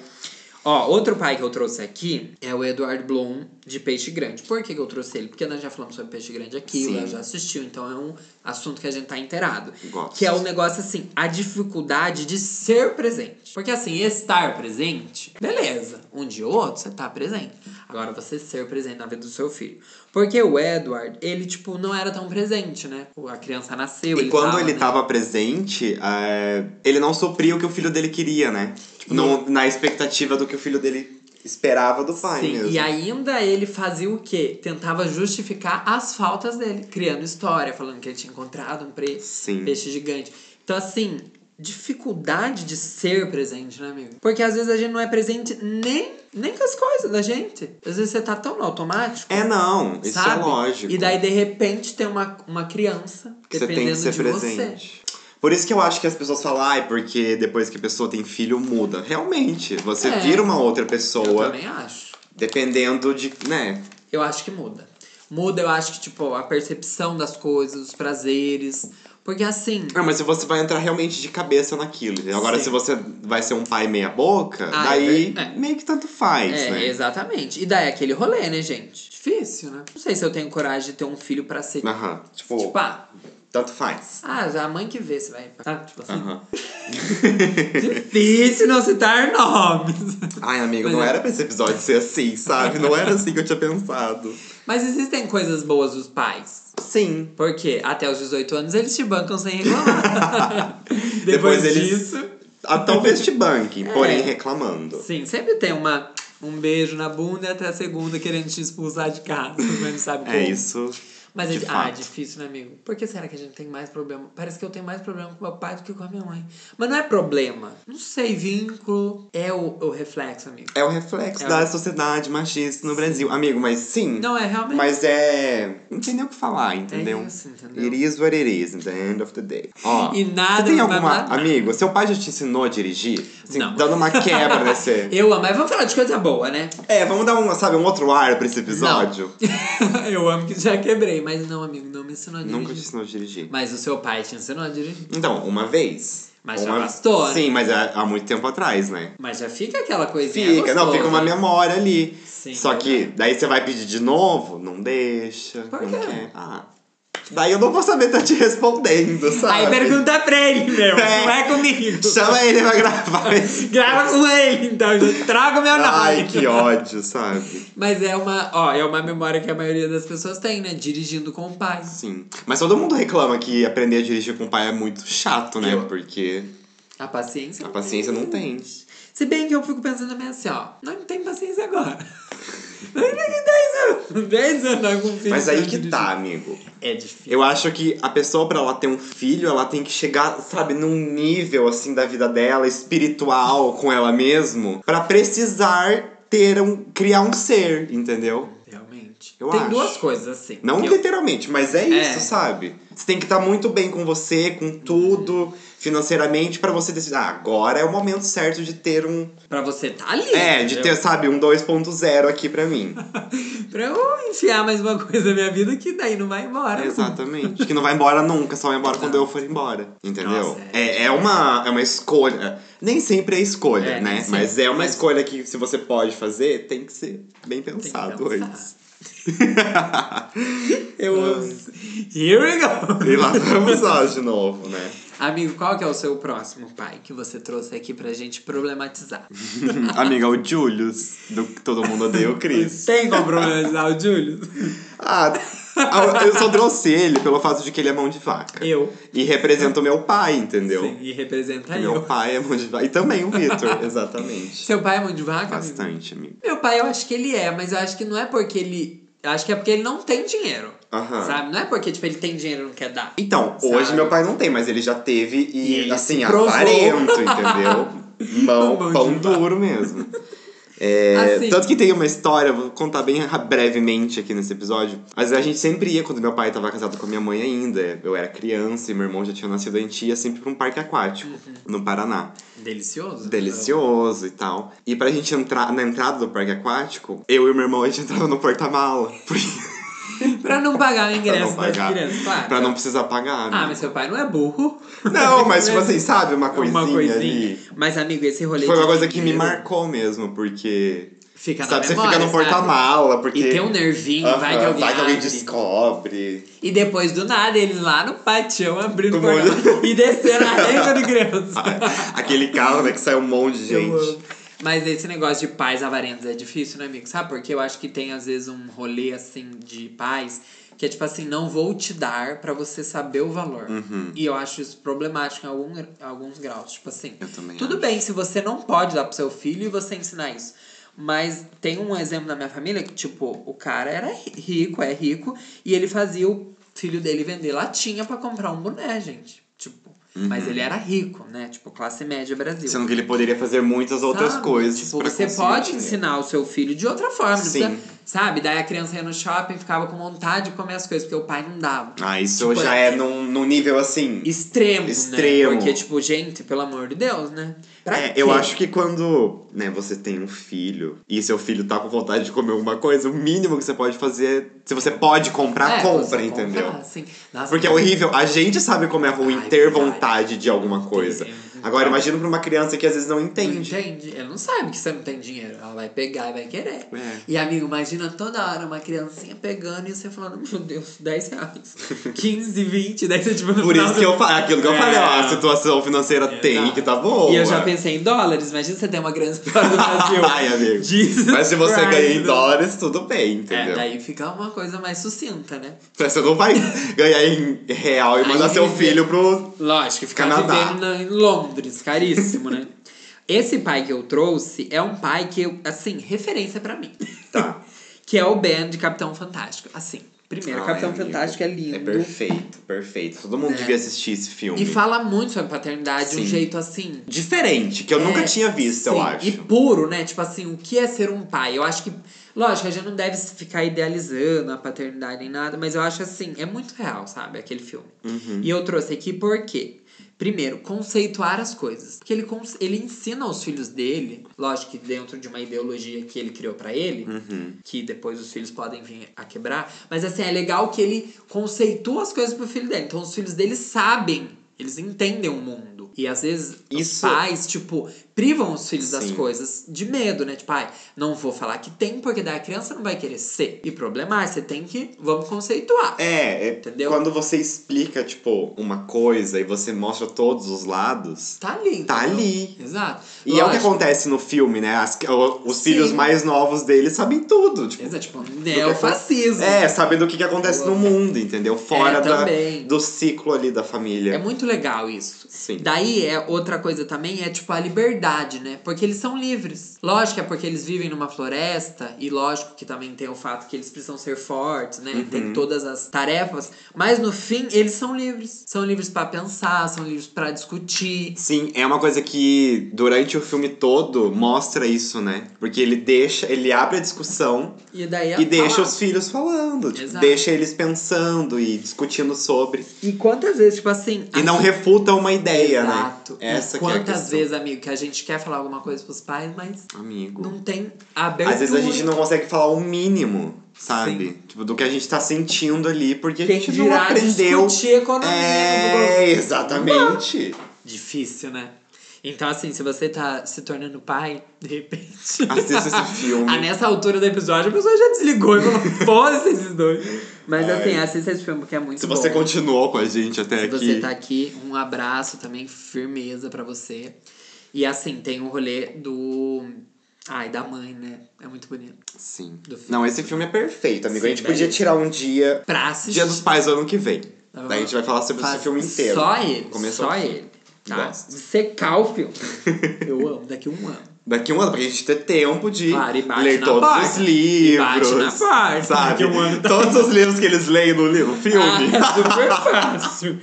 Ó, outro pai que eu trouxe aqui é o Eduardo Blum de Peixe Grande. Por que, que eu trouxe ele? Porque nós já falamos sobre Peixe Grande aqui,
Sim.
o Léo já assistiu, então é um assunto que a gente tá inteirado.
Gosto.
Que é um negócio assim, a dificuldade de ser presente. Porque assim, estar presente, beleza. Um dia ou outro você tá presente. Agora você ser presente na vida do seu filho. Porque o Edward, ele, tipo, não era tão presente, né? A criança nasceu,
E
ele
quando
tava,
ele
né?
tava presente, é, ele não supria o que o filho dele queria, né? Tipo, não, na expectativa do que o filho dele esperava do pai
Sim,
mesmo.
e ainda ele fazia o quê? Tentava justificar as faltas dele, criando história, falando que ele tinha encontrado um pre-
Sim.
peixe gigante. Então, assim, dificuldade de ser presente, né, amigo? Porque às vezes a gente não é presente nem, nem com as coisas da gente. Às vezes você tá tão no automático.
É não, isso
sabe?
é lógico.
E daí, de repente, tem uma, uma criança
que você tem
dependendo
que ser
de você.
presente. Por isso que eu acho que as pessoas falam, ai, porque depois que a pessoa tem filho, muda. Realmente, você
É.
vira uma outra
Eu
pessoa,
também acho.
dependendo de, né?
Eu acho que muda. Muda, eu acho que, tipo, a percepção das coisas, os prazeres. Porque assim.
Ah, mas se você vai entrar realmente de cabeça naquilo. Agora,
Sim.
se você vai ser um pai meia boca,
Ah,
daí
é.
meio que tanto faz,
é,
né?
exatamente. E daí é aquele rolê, né, gente? Difícil, né? Não sei se eu tenho coragem de ter um filho pra ser.
Aham, tipo,
Tipo, ah,
tanto faz.
ah, já a mãe que vê se vai. Ah, tipo assim.
Aham.
Difícil não citar nomes.
Ai, amigo,
Mas
não
é.
era pra esse episódio ser assim, sabe? Não era assim que eu tinha pensado.
Mas existem coisas boas dos pais.
Sim.
Porque até os 18 anos eles te bancam sem reclamar. Depois,
Depois eles-
disso.
Ah, Talvez te banquem,
É.
porém reclamando.
Sim, sempre tem uma, um beijo na bunda e até a segunda querendo te expulsar de casa. Mas não sabe como.
É isso.
Mas
de
é, ah, é
fato.
difícil, né, amigo? Por que será que a gente tem mais problema? Parece que eu tenho mais problema com meu pai do que com a minha mãe. Mas não é problema. Não sei, vínculo é o, o reflexo, amigo.
É o reflexo
É o-
da sociedade machista no Brasil. Amigo, mas sim.
Não é realmente.
Mas é. Não tem nem o que falar, entendeu?
É isso, entendeu?
It is what it is, at the end of the day. Ó,
E
você
nada
tem
vai
alguma.
mudar.
Amigo, seu pai já te ensinou a dirigir? Assim,
Não.
Dando uma quebra nesse.
Eu amo, mas vamos falar de coisa boa, né?
É, vamos dar um, sabe, um outro ar pra esse episódio.
eu amo que já quebrei, mas não, amigo, não me ensinou a dirigir.
Nunca te ensinou a dirigir.
Mas o seu pai te ensinou a dirigir.
Então, uma vez.
Mas já
uma...
bastou, né? É,
Sim, mas é há, há muito tempo atrás, né?
Mas já fica aquela coisinha.
Fica, não,
gostosa.
fica uma memória ali.
Sim, é
Só que daí você vai pedir de novo, não deixa.
Por
não
quê?
quer. Ah. Daí eu não vou saber tá te respondendo, sabe?
Aí pergunta pra ele, meu.
Ah, É.
Não é comigo.
Chama ele pra gravar. esse-
Grava com ele, então. já Traga o meu nome.
Ai, que ódio, sabe?
Mas é uma, ó, é uma memória que a maioria das pessoas tem, né? Dirigindo com o pai.
Sim. Mas todo mundo reclama que aprender a dirigir com o pai é muito chato, né?
Eu-
Porque
A paciência.
a paciência não tem.
Se bem que eu fico pensando também assim, ó, nós não tem paciência agora. Nós daqui 10 anos. 10 anos nós com um filho.
Mas aí
pra
que
dirigir.
tá, amigo.
É difícil.
Eu acho que a pessoa, pra ela ter um filho, ela tem que chegar, sabe, num nível, assim, da vida dela, espiritual, com ela mesmo, pra precisar ter um, criar um ser, entendeu?
Realmente.
Eu
tem
acho.
duas coisas assim.
Não
eu...
literalmente, mas é isso,
É.
sabe? Você tem que estar muito bem com você, com tudo, financeiramente, pra você decidir, ah, agora é o momento certo de ter um...
Pra você tá ali.
É, de ter,
entendeu?
sabe, um 2.0 aqui pra mim.
Pra eu enfiar mais uma coisa na minha vida que daí não vai embora.
Exatamente. Que não vai embora nunca, só vai embora quando eu for embora. Entendeu?
Nossa,
é, é, uma, é uma escolha. Nem sempre é escolha,
É, nem
né?
sempre,
Mas é uma
mas-
escolha que, se você pode fazer, tem que ser bem
Tem que
pensado
pensar.
antes.
Eu amo. Here we go.
Ah. E lá vamos nós de novo, né?
Amigo, qual que é o seu próximo pai que você trouxe aqui pra gente problematizar?
Amiga, o Julius, do que todo mundo odeia o Chris.
Tem como problematizar o Júlio?
Ah, eu só trouxe ele pelo fato de que ele é mão de vaca.
Eu.
E representa o meu pai, entendeu?
Sim, e representa
Meu
eu.
pai é mão de vaca. E também o Victor, exatamente.
Seu pai é mão de vaca? amigo?
Bastante, amigo.
Meu pai, eu acho que ele é, mas eu acho que não é porque ele. Eu acho que é porque ele não tem dinheiro.
Aham.
Sabe? Não é porque, tipo, ele tem dinheiro e não quer dar.
Então,
Sabe?
hoje meu pai não tem, mas ele já teve
E
e,
ele se
assim,
provou.
aparento, entendeu? Mão,
Mão de
pão
vaca.
duro mesmo. É,
Assim.
Tanto que tem uma história, vou contar bem ra- brevemente aqui nesse episódio. Mas a gente sempre ia, quando meu pai tava casado com a minha
Uhum.
mãe ainda, eu era criança e meu irmão já tinha nascido, a gente ia sempre pra um parque aquático, no Paraná.
Delicioso.
Delicioso e tal. E pra gente entrar na entrada do parque aquático, eu e o meu irmão, a gente entrava no porta-mala. Porque...
Pra não pagar o
pra
ingresso
não
das
pagar.
crianças, claro.
Pra não precisar pagar, né?
Ah, mas seu pai não é burro.
Não, mas tipo assim, sabe? Uma coisinha,
É Uma coisinha.
ali.
Mas, amigo, esse rolê.
Foi uma
de
coisa que me
dinheiro
marcou mesmo, porque...
Fica na
sabe, você
memória,
fica no
sabe?
porta-mala, porque...
E tem um nervinho,
Aham,
vai que alguém. abre.
descobre.
E depois do nada, eles lá no patião abrindo o
Com um
portão e desceram a renda do criança.
Ah, Aquele carro, né, que sai um monte de
Eu
gente.
amo. Mas esse negócio de pais avarentos é difícil, né, amigo? Sabe? Porque eu acho que tem, às vezes, um rolê, assim, de pais que é tipo assim, não vou te dar pra você saber o valor. E eu acho isso problemático em algum, gra- alguns graus. Tipo assim,
Eu também
tudo bem se você não pode dar pro seu filho e você ensinar isso. Mas tem um exemplo na minha família que, tipo, o cara era ri- rico, é rico, e ele fazia o filho dele vender latinha pra comprar um boné, gente. Tipo, mas ele era rico, né? Tipo, classe média Brasil.
Sendo que ele poderia fazer muitas outras
Sabe?
coisas.
Tipo,
pra
você
conseguir
pode
dinheiro.
ensinar o seu filho de outra forma. não
Sim.
precisa- sabe? Daí a criança ia no shopping ficava com vontade de comer as coisas, porque o pai não dava.
Ah, isso
Tipo,
já
é-
é num, num nível assim.
Extremo,
Extremo.
né? Porque, tipo, gente, pelo amor de Deus, né? Pra
É,
quê?
eu acho que quando né, você tem um filho e seu filho tá com vontade de comer alguma coisa, o mínimo que você pode fazer é. Se você pode comprar,
É, você
compra,
comprar,
entendeu?
assim. Nossa,
Porque é horrível. A gente sabe como é ruim
Ai,
ter
verdade.
vontade de alguma coisa.
Tem-
Agora, imagina pra uma criança que às vezes não
não
entende.
entende. Ela não sabe que você não tem dinheiro. Ela vai pegar e vai querer.
É.
E, amigo, imagina toda hora uma criancinha pegando e você falando, meu Deus, 10 reais. 15, 20, daí você, tipo, no
Por
final
isso
do
que eu falo, aquilo que eu
É.
falei, ó, a situação financeira tem
Exato.
que tá boa.
E eu já pensei em dólares, imagina você tem uma grande história do Brasil.
Ai, amigo.
Jesus
Mas se você
Christ.
ganhar em dólares, tudo bem,
É,
entendeu?
daí fica uma coisa mais sucinta, né?
Você não vai ganhar em real e
Ai,
mandar seu
viver.
filho pro.
Lógico, ficar
Canadá.
vivendo na- em Londres, caríssimo, né? Esse pai que eu trouxe é um pai que, eu, assim, referência pra mim.
Tá.
Que é o Ben de Capitão Fantástico. Assim, primeiro,
Ai,
Capitão
amigo,
Fantástico é lindo.
É perfeito, perfeito. Todo mundo
Né?
devia assistir esse filme.
e fala muito sobre paternidade de um
Sim.
jeito assim.
Diferente, que eu
É,
nunca tinha visto, eu
Sim,
acho.
E puro, né? Tipo assim, o que é ser um pai? Eu acho que. Lógico, a gente não deve ficar idealizando a paternidade nem nada, mas eu acho assim, é muito real, sabe? Aquele filme.
Uhum,
E eu trouxe aqui porque. Primeiro, conceituar as coisas. Porque ele, cons- ele ensina aos filhos dele, lógico que dentro de uma ideologia que ele criou pra ele,
Uhum.
que depois os filhos podem vir a quebrar, mas assim, é legal que ele conceitua as coisas pro filho dele. Então os filhos dele sabem, eles entendem o mundo. E às vezes os
Isso-
pais pais, tipo, privam os filhos das
Sim.
coisas de medo, né? Tipo, ai, não vou falar que tem, porque daí a criança não vai querer ser. E problemar, você tem que, vamos conceituar.
É, é
Entendeu?
quando você explica, tipo, uma coisa e você mostra todos os lados,
Tá ali.
tá
entendeu?
ali.
Exato.
E é o que
Lógico,
acontece no filme, né? As- o- os
Sim.
filhos mais novos dele sabem tudo. Tipo,
Exato, tipo, neofascismo.
É, sabendo o que, que acontece no mundo, entendeu? Fora
É,
da,
também.
do ciclo ali da
É
família.
muito legal isso.
Sim.
Daí é outra coisa também é tipo a liberdade, né? Porque eles são livres. Lógico que é porque eles vivem numa floresta e lógico que também tem o fato que eles precisam ser fortes, né?
Uhum.
Tem todas as tarefas, mas no fim eles são livres. São livres pra pensar, são livres pra discutir.
Sim, é uma coisa que durante o filme todo mostra isso, né? Porque ele deixa, ele abre a discussão
E daí é
e deixa
falar.
os filhos falando, tipo,
Exato.
deixa eles pensando e discutindo sobre
E quantas vezes, tipo assim,
e
a
não refuta uma ideia,
Exato.
né? Essa
e
que é a
quantas
questão.
vezes, amigo, que a gente quer falar alguma coisa pros pais, mas
amigo.
não tem abertura.
Às vezes a gente não consegue falar o mínimo, sabe? Tipo, do que a gente tá sentindo ali, porque a
Quem
gente não
dirá
aprendeu.
discutir economia no governo.
É, exatamente.
Difícil, né? Então, assim, se você tá se tornando pai, de repente.
Assista esse filme.
Ah, nessa altura do episódio, a pessoa já desligou e falou: foda-se esses dois. Mas,
Ai.
assim, assista esse filme, porque é muito
Se
bom.
você continuou com a gente até
Se
aqui.
você tá aqui, um abraço também, firmeza pra você. E, assim, tem o rolê do. Ai, da mãe, né? É muito bonito.
Sim.
Do filme.
Não, esse filme é perfeito, amigo. a
Sim,
gente podia
belíssimo.
tirar um dia.
Pra assistir.
Dia dos Pais ano que vem.
Tá bom.
Daí a gente vai falar sobre
Faz
esse filme inteiro.
Só ele.
Começou
só
aqui.
ele. Tá?
Gosto.
Secar o filme. Eu amo, daqui um ano.
Daqui um ano, pra gente ter tempo de
Claro, e bate
ler
na
todos
porta.
os livros.
E bate na porta,
sabe?
daqui um ano.
Todos os livros que eles leem no livro, filme.
Ah, é super fácil.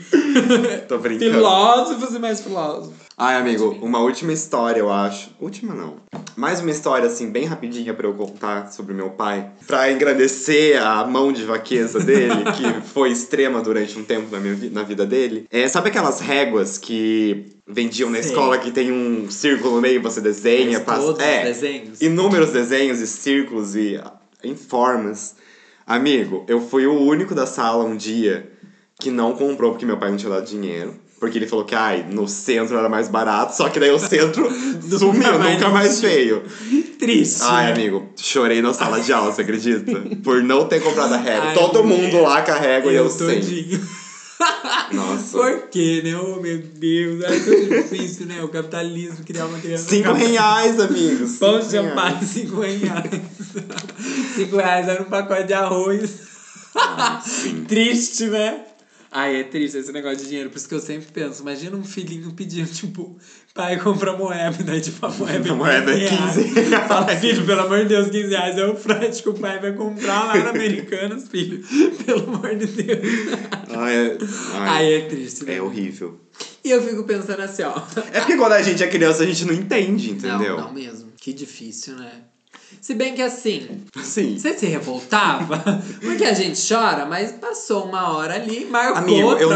Tô brincando.
Filósofos e mais filósofos.
Ai, amigo, uma última história, eu acho. Última não. Mais uma história, assim, bem rapidinha pra eu contar sobre meu pai. Pra engrandecer a mão de vaqueza dele, que foi extrema durante um tempo na, minha vi- na vida dele. É, sabe aquelas réguas que vendiam na
Sei.
escola que tem um círculo no meio, você desenha,
Mas
passa.
todos
É,
os desenhos.
inúmeros desenhos e círculos e em formas. Amigo, eu fui o único da sala um dia que não comprou porque meu pai não tinha dado dinheiro. Porque ele falou que, ai, no centro era mais barato, só que daí o centro sumiu,
mais
nunca mais veio.
Triste.
Ai, amigo, chorei na sala de aula, você acredita? Por não ter comprado a régua.
Ai,
Todo
mulher,
mundo lá carrega e eu sei.
todinho.
Nossa.
Por quê, né? Oh, meu Deus. É tão difícil, né? O capitalismo criar uma criança.
Cinco
capaz-
reais, amigos.
Pão de
cinco reais.
champanhe, cinco reais. cinco reais era um pacote de arroz. triste, né? Ai, é triste esse negócio de dinheiro. Por isso que eu sempre penso. Imagina um filhinho pedindo, tipo, pai, compra moeda. Daí, tipo, a moeda é
A moeda é 15 reais.
Fala, filho, pelo amor de Deus, 15 reais é o frete que o pai vai comprar lá na Americanas, filho. Pelo amor de Deus.
Ai, é- ai,
Ai, é triste, né?
é horrível.
E eu fico pensando assim, ó.
É porque quando a gente é criança, a gente não entende, entendeu?
Não, não mesmo. Que difícil, né? Se bem que assim,
Sim.
você se revoltava, porque a gente chora, mas passou uma hora ali, marcou,
Amigo, eu nunca, me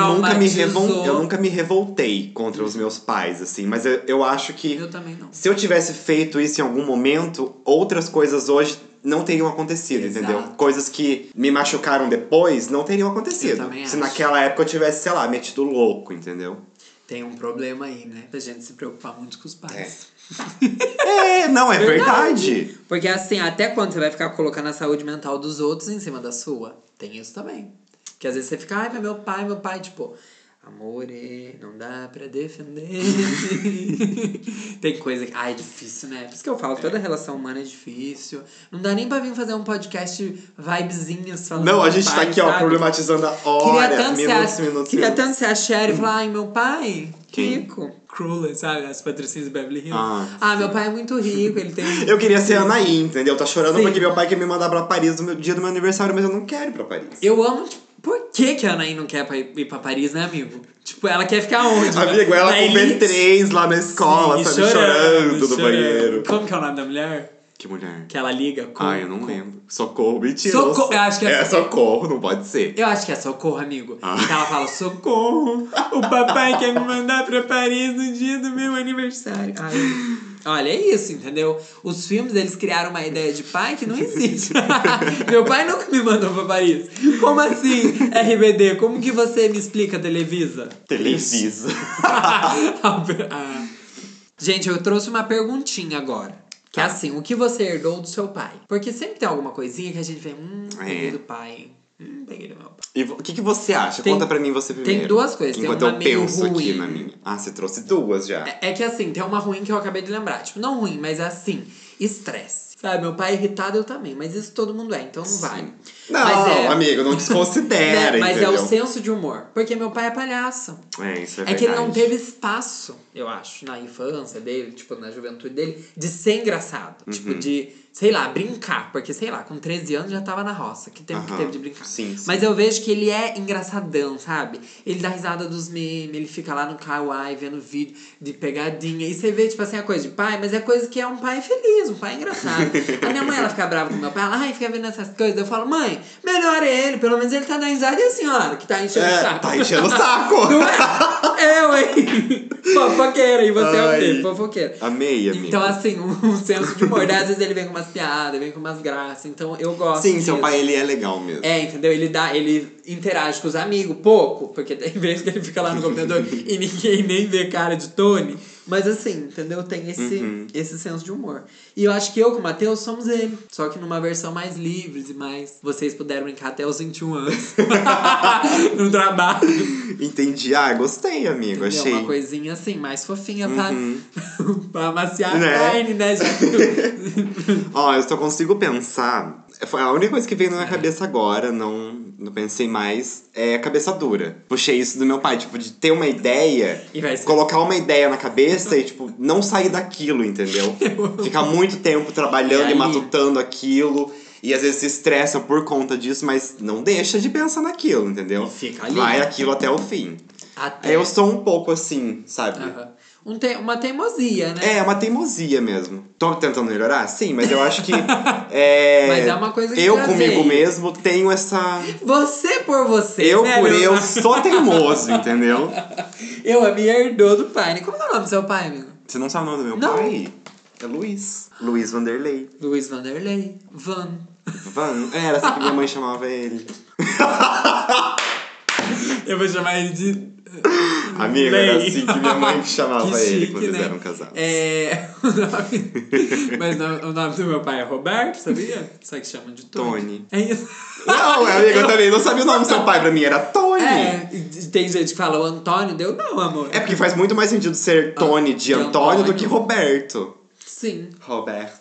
traumatizou.
revol... eu nunca me revoltei contra os meus pais, assim, mas eu, eu acho que
Eu também não.
se eu tivesse feito isso em algum momento, outras coisas hoje não teriam acontecido,
Exato.
entendeu? Coisas que me machucaram depois não teriam acontecido.
Eu também
se
acho.
naquela época eu tivesse, sei lá, metido louco, entendeu?
Tem um problema aí, né? Pra gente se preocupar muito com os pais.
É, não, é verdade.
Porque assim, até quando você vai ficar colocando a saúde mental dos outros em cima da sua? Tem isso também. Que às vezes você fica, ai, mas meu pai, meu pai, tipo, amore, não dá pra defender. Tem coisa que. Ai, é difícil, né? Por isso que eu falo, toda relação humana é difícil. Não dá nem pra vir fazer um podcast vibezinhas falando.
Não, a
do
gente tá
pai,
aqui, ó,
sabe?
problematizando a
Queria
hora,
tanto ser
minutos,
a,
minutos,
queria
minutos.
tanto ser a Sherry e falar, ai, meu pai, que
Quem?
rico. Cruella, sabe? As patrocínias do Beverly Hills.
Ah,
ah meu pai é muito rico, ele tem
Eu queria ser a Anaí, entendeu? Tá chorando
Sim.
porque meu pai quer me mandar pra Paris no meu- dia do meu aniversário, mas eu não quero ir pra Paris.
Eu amo. tipo, Por que, que a Anaí não quer pa- ir pra Paris, né, amigo? Tipo, ela quer ficar onde?
Amigo, ela
Na
com
elite?
B3 lá na escola,
Sim,
sabe? Chorando, do
chorando.
banheiro.
Como que é o nome da mulher?
Que mulher.
Que ela liga com.
Ai, eu não
com-
lembro. Socorro, mentira.
Socorro, eu acho que é-
É, socorro, não pode ser.
Eu acho que é socorro, amigo.
Ah.
Que ela fala, socorro, o papai quer me mandar pra Paris no dia do meu aniversário. Ai, olha, é isso, entendeu? Os filmes, eles criaram uma ideia de pai que não existe. meu pai nunca me mandou pra Paris. Como assim, RBD? Como que você me explica, Televisa?
Televisa.
Ah. Gente, eu trouxe uma perguntinha agora. Que
Tá.
é assim, o que você herdou do seu pai? Porque sempre tem alguma coisinha que a gente vê, hum, peguei
É.
do pai, hein? hum, peguei do meu pai.
E vo- o que, que você acha?
Tem-
Conta pra mim você primeiro.
duas coisas, tem
Enquanto
uma
eu
meio
penso aqui
ruim.
na minha. Ah, você trouxe duas já.
É, é que assim, tem uma ruim que eu acabei de lembrar. Tipo, não ruim, mas é assim, estresse. Sabe, meu pai é irritado, eu também. Mas isso todo mundo é, então não vale.
Não,
mas é-
amigo, não desconsidera,
né? Mas
entendeu?
é o senso de humor. Porque meu pai é palhaço.
É, isso é,
É que ele não
verdade.
teve espaço, eu acho, na infância dele, tipo, na juventude dele, de ser engraçado.
Uhum.
Tipo, de, sei lá, brincar. Porque, sei lá, com 13 anos já tava na roça. Que tempo que
Aham.
teve de brincar.
Sim, sim.
Mas eu vejo que ele é engraçadão, sabe? Ele dá risada dos memes, ele fica lá no kawaii vendo vídeo de pegadinha. E você vê, tipo assim, a coisa de pai, mas é coisa que é um pai feliz, um pai engraçado. a minha mãe, ela fica brava com meu pai, ela, ai, fica vendo essas coisas. Eu falo, mãe, melhor é ele, pelo menos ele tá dando risada e a senhora que tá enchendo o
É,
saco.
tá enchendo o saco.
Não é? Eu, hein? Fofoqueira, e você é o quê?
Ai.
Fofoqueira.
Amei, amigo.
Então, assim, um, um senso de humor. né? Às vezes ele vem com umas piadas, vem com umas graças. Então, eu gosto.
Sim, seu
disso.
pai, ele é legal mesmo.
É, entendeu? Ele dá, ele interage com os amigos pouco, porque tem vezes que ele fica lá no computador e ninguém nem vê cara de Tony. Mas assim, entendeu? Tem esse,
Uhum.
esse senso de humor. E eu acho que eu com o Matheus somos ele. Só que numa versão mais livres e mais. Vocês puderam brincar até os 21 anos. no trabalho.
Entendi. Ah, gostei, amigo.
Entendeu?
Achei.
Uma coisinha assim, mais fofinha pra,
Uhum.
pra amaciar
Né?
a carne, né, gente?
Ó, eu só consigo pensar. Foi a única coisa que veio na minha
É.
cabeça agora, não, não pensei mais, é cabeça dura. Puxei isso do meu pai, tipo, de ter uma ideia,
E vai ser.
colocar uma ideia na cabeça e, tipo, não sair daquilo, entendeu? Ficar muito tempo trabalhando
E
e,
aí?
matutando aquilo. E às vezes se estressa por conta disso, mas não deixa de pensar naquilo, entendeu?
E fica ali. né? É.
Vai aquilo até o fim.
Até.
Aí eu sou um pouco assim, sabe?
Aham. um te- uma teimosia, né?
É, uma teimosia mesmo. Tô tentando melhorar? Sim, mas eu acho que. é,
Mas é uma coisa que
Eu
trazei.
comigo mesmo tenho essa.
Você por você,
eu
né,
por
meu?
eu sou teimoso, entendeu?
Eu a minha herdou do pai, né? Como é o nome do seu pai, amigo?
Você não sabe o nome do meu
Não.
pai? É Luiz. Luiz Vanderlei.
Luiz Vanderlei. Van.
Van. É, Era assim que minha mãe chamava ele.
Eu vou chamar ele de.
Amiga, era
Lei.
assim que minha mãe chamava
Que
ele
chique,
quando eles
né?
eram casados.
É. O nome... Mas não- o nome do meu pai é Roberto, sabia? Só que chamam de Tony.
Tony.
É isso.
Não, amiga, eu também não sabia o nome do seu pai, pra mim era Tony. É.
É, e tem gente que fala o Antônio, deu não, amor. É
porque faz muito mais sentido ser Tony de
Ah, de
Antônio do
Antônio.
que Roberto.
Sim.
Roberto.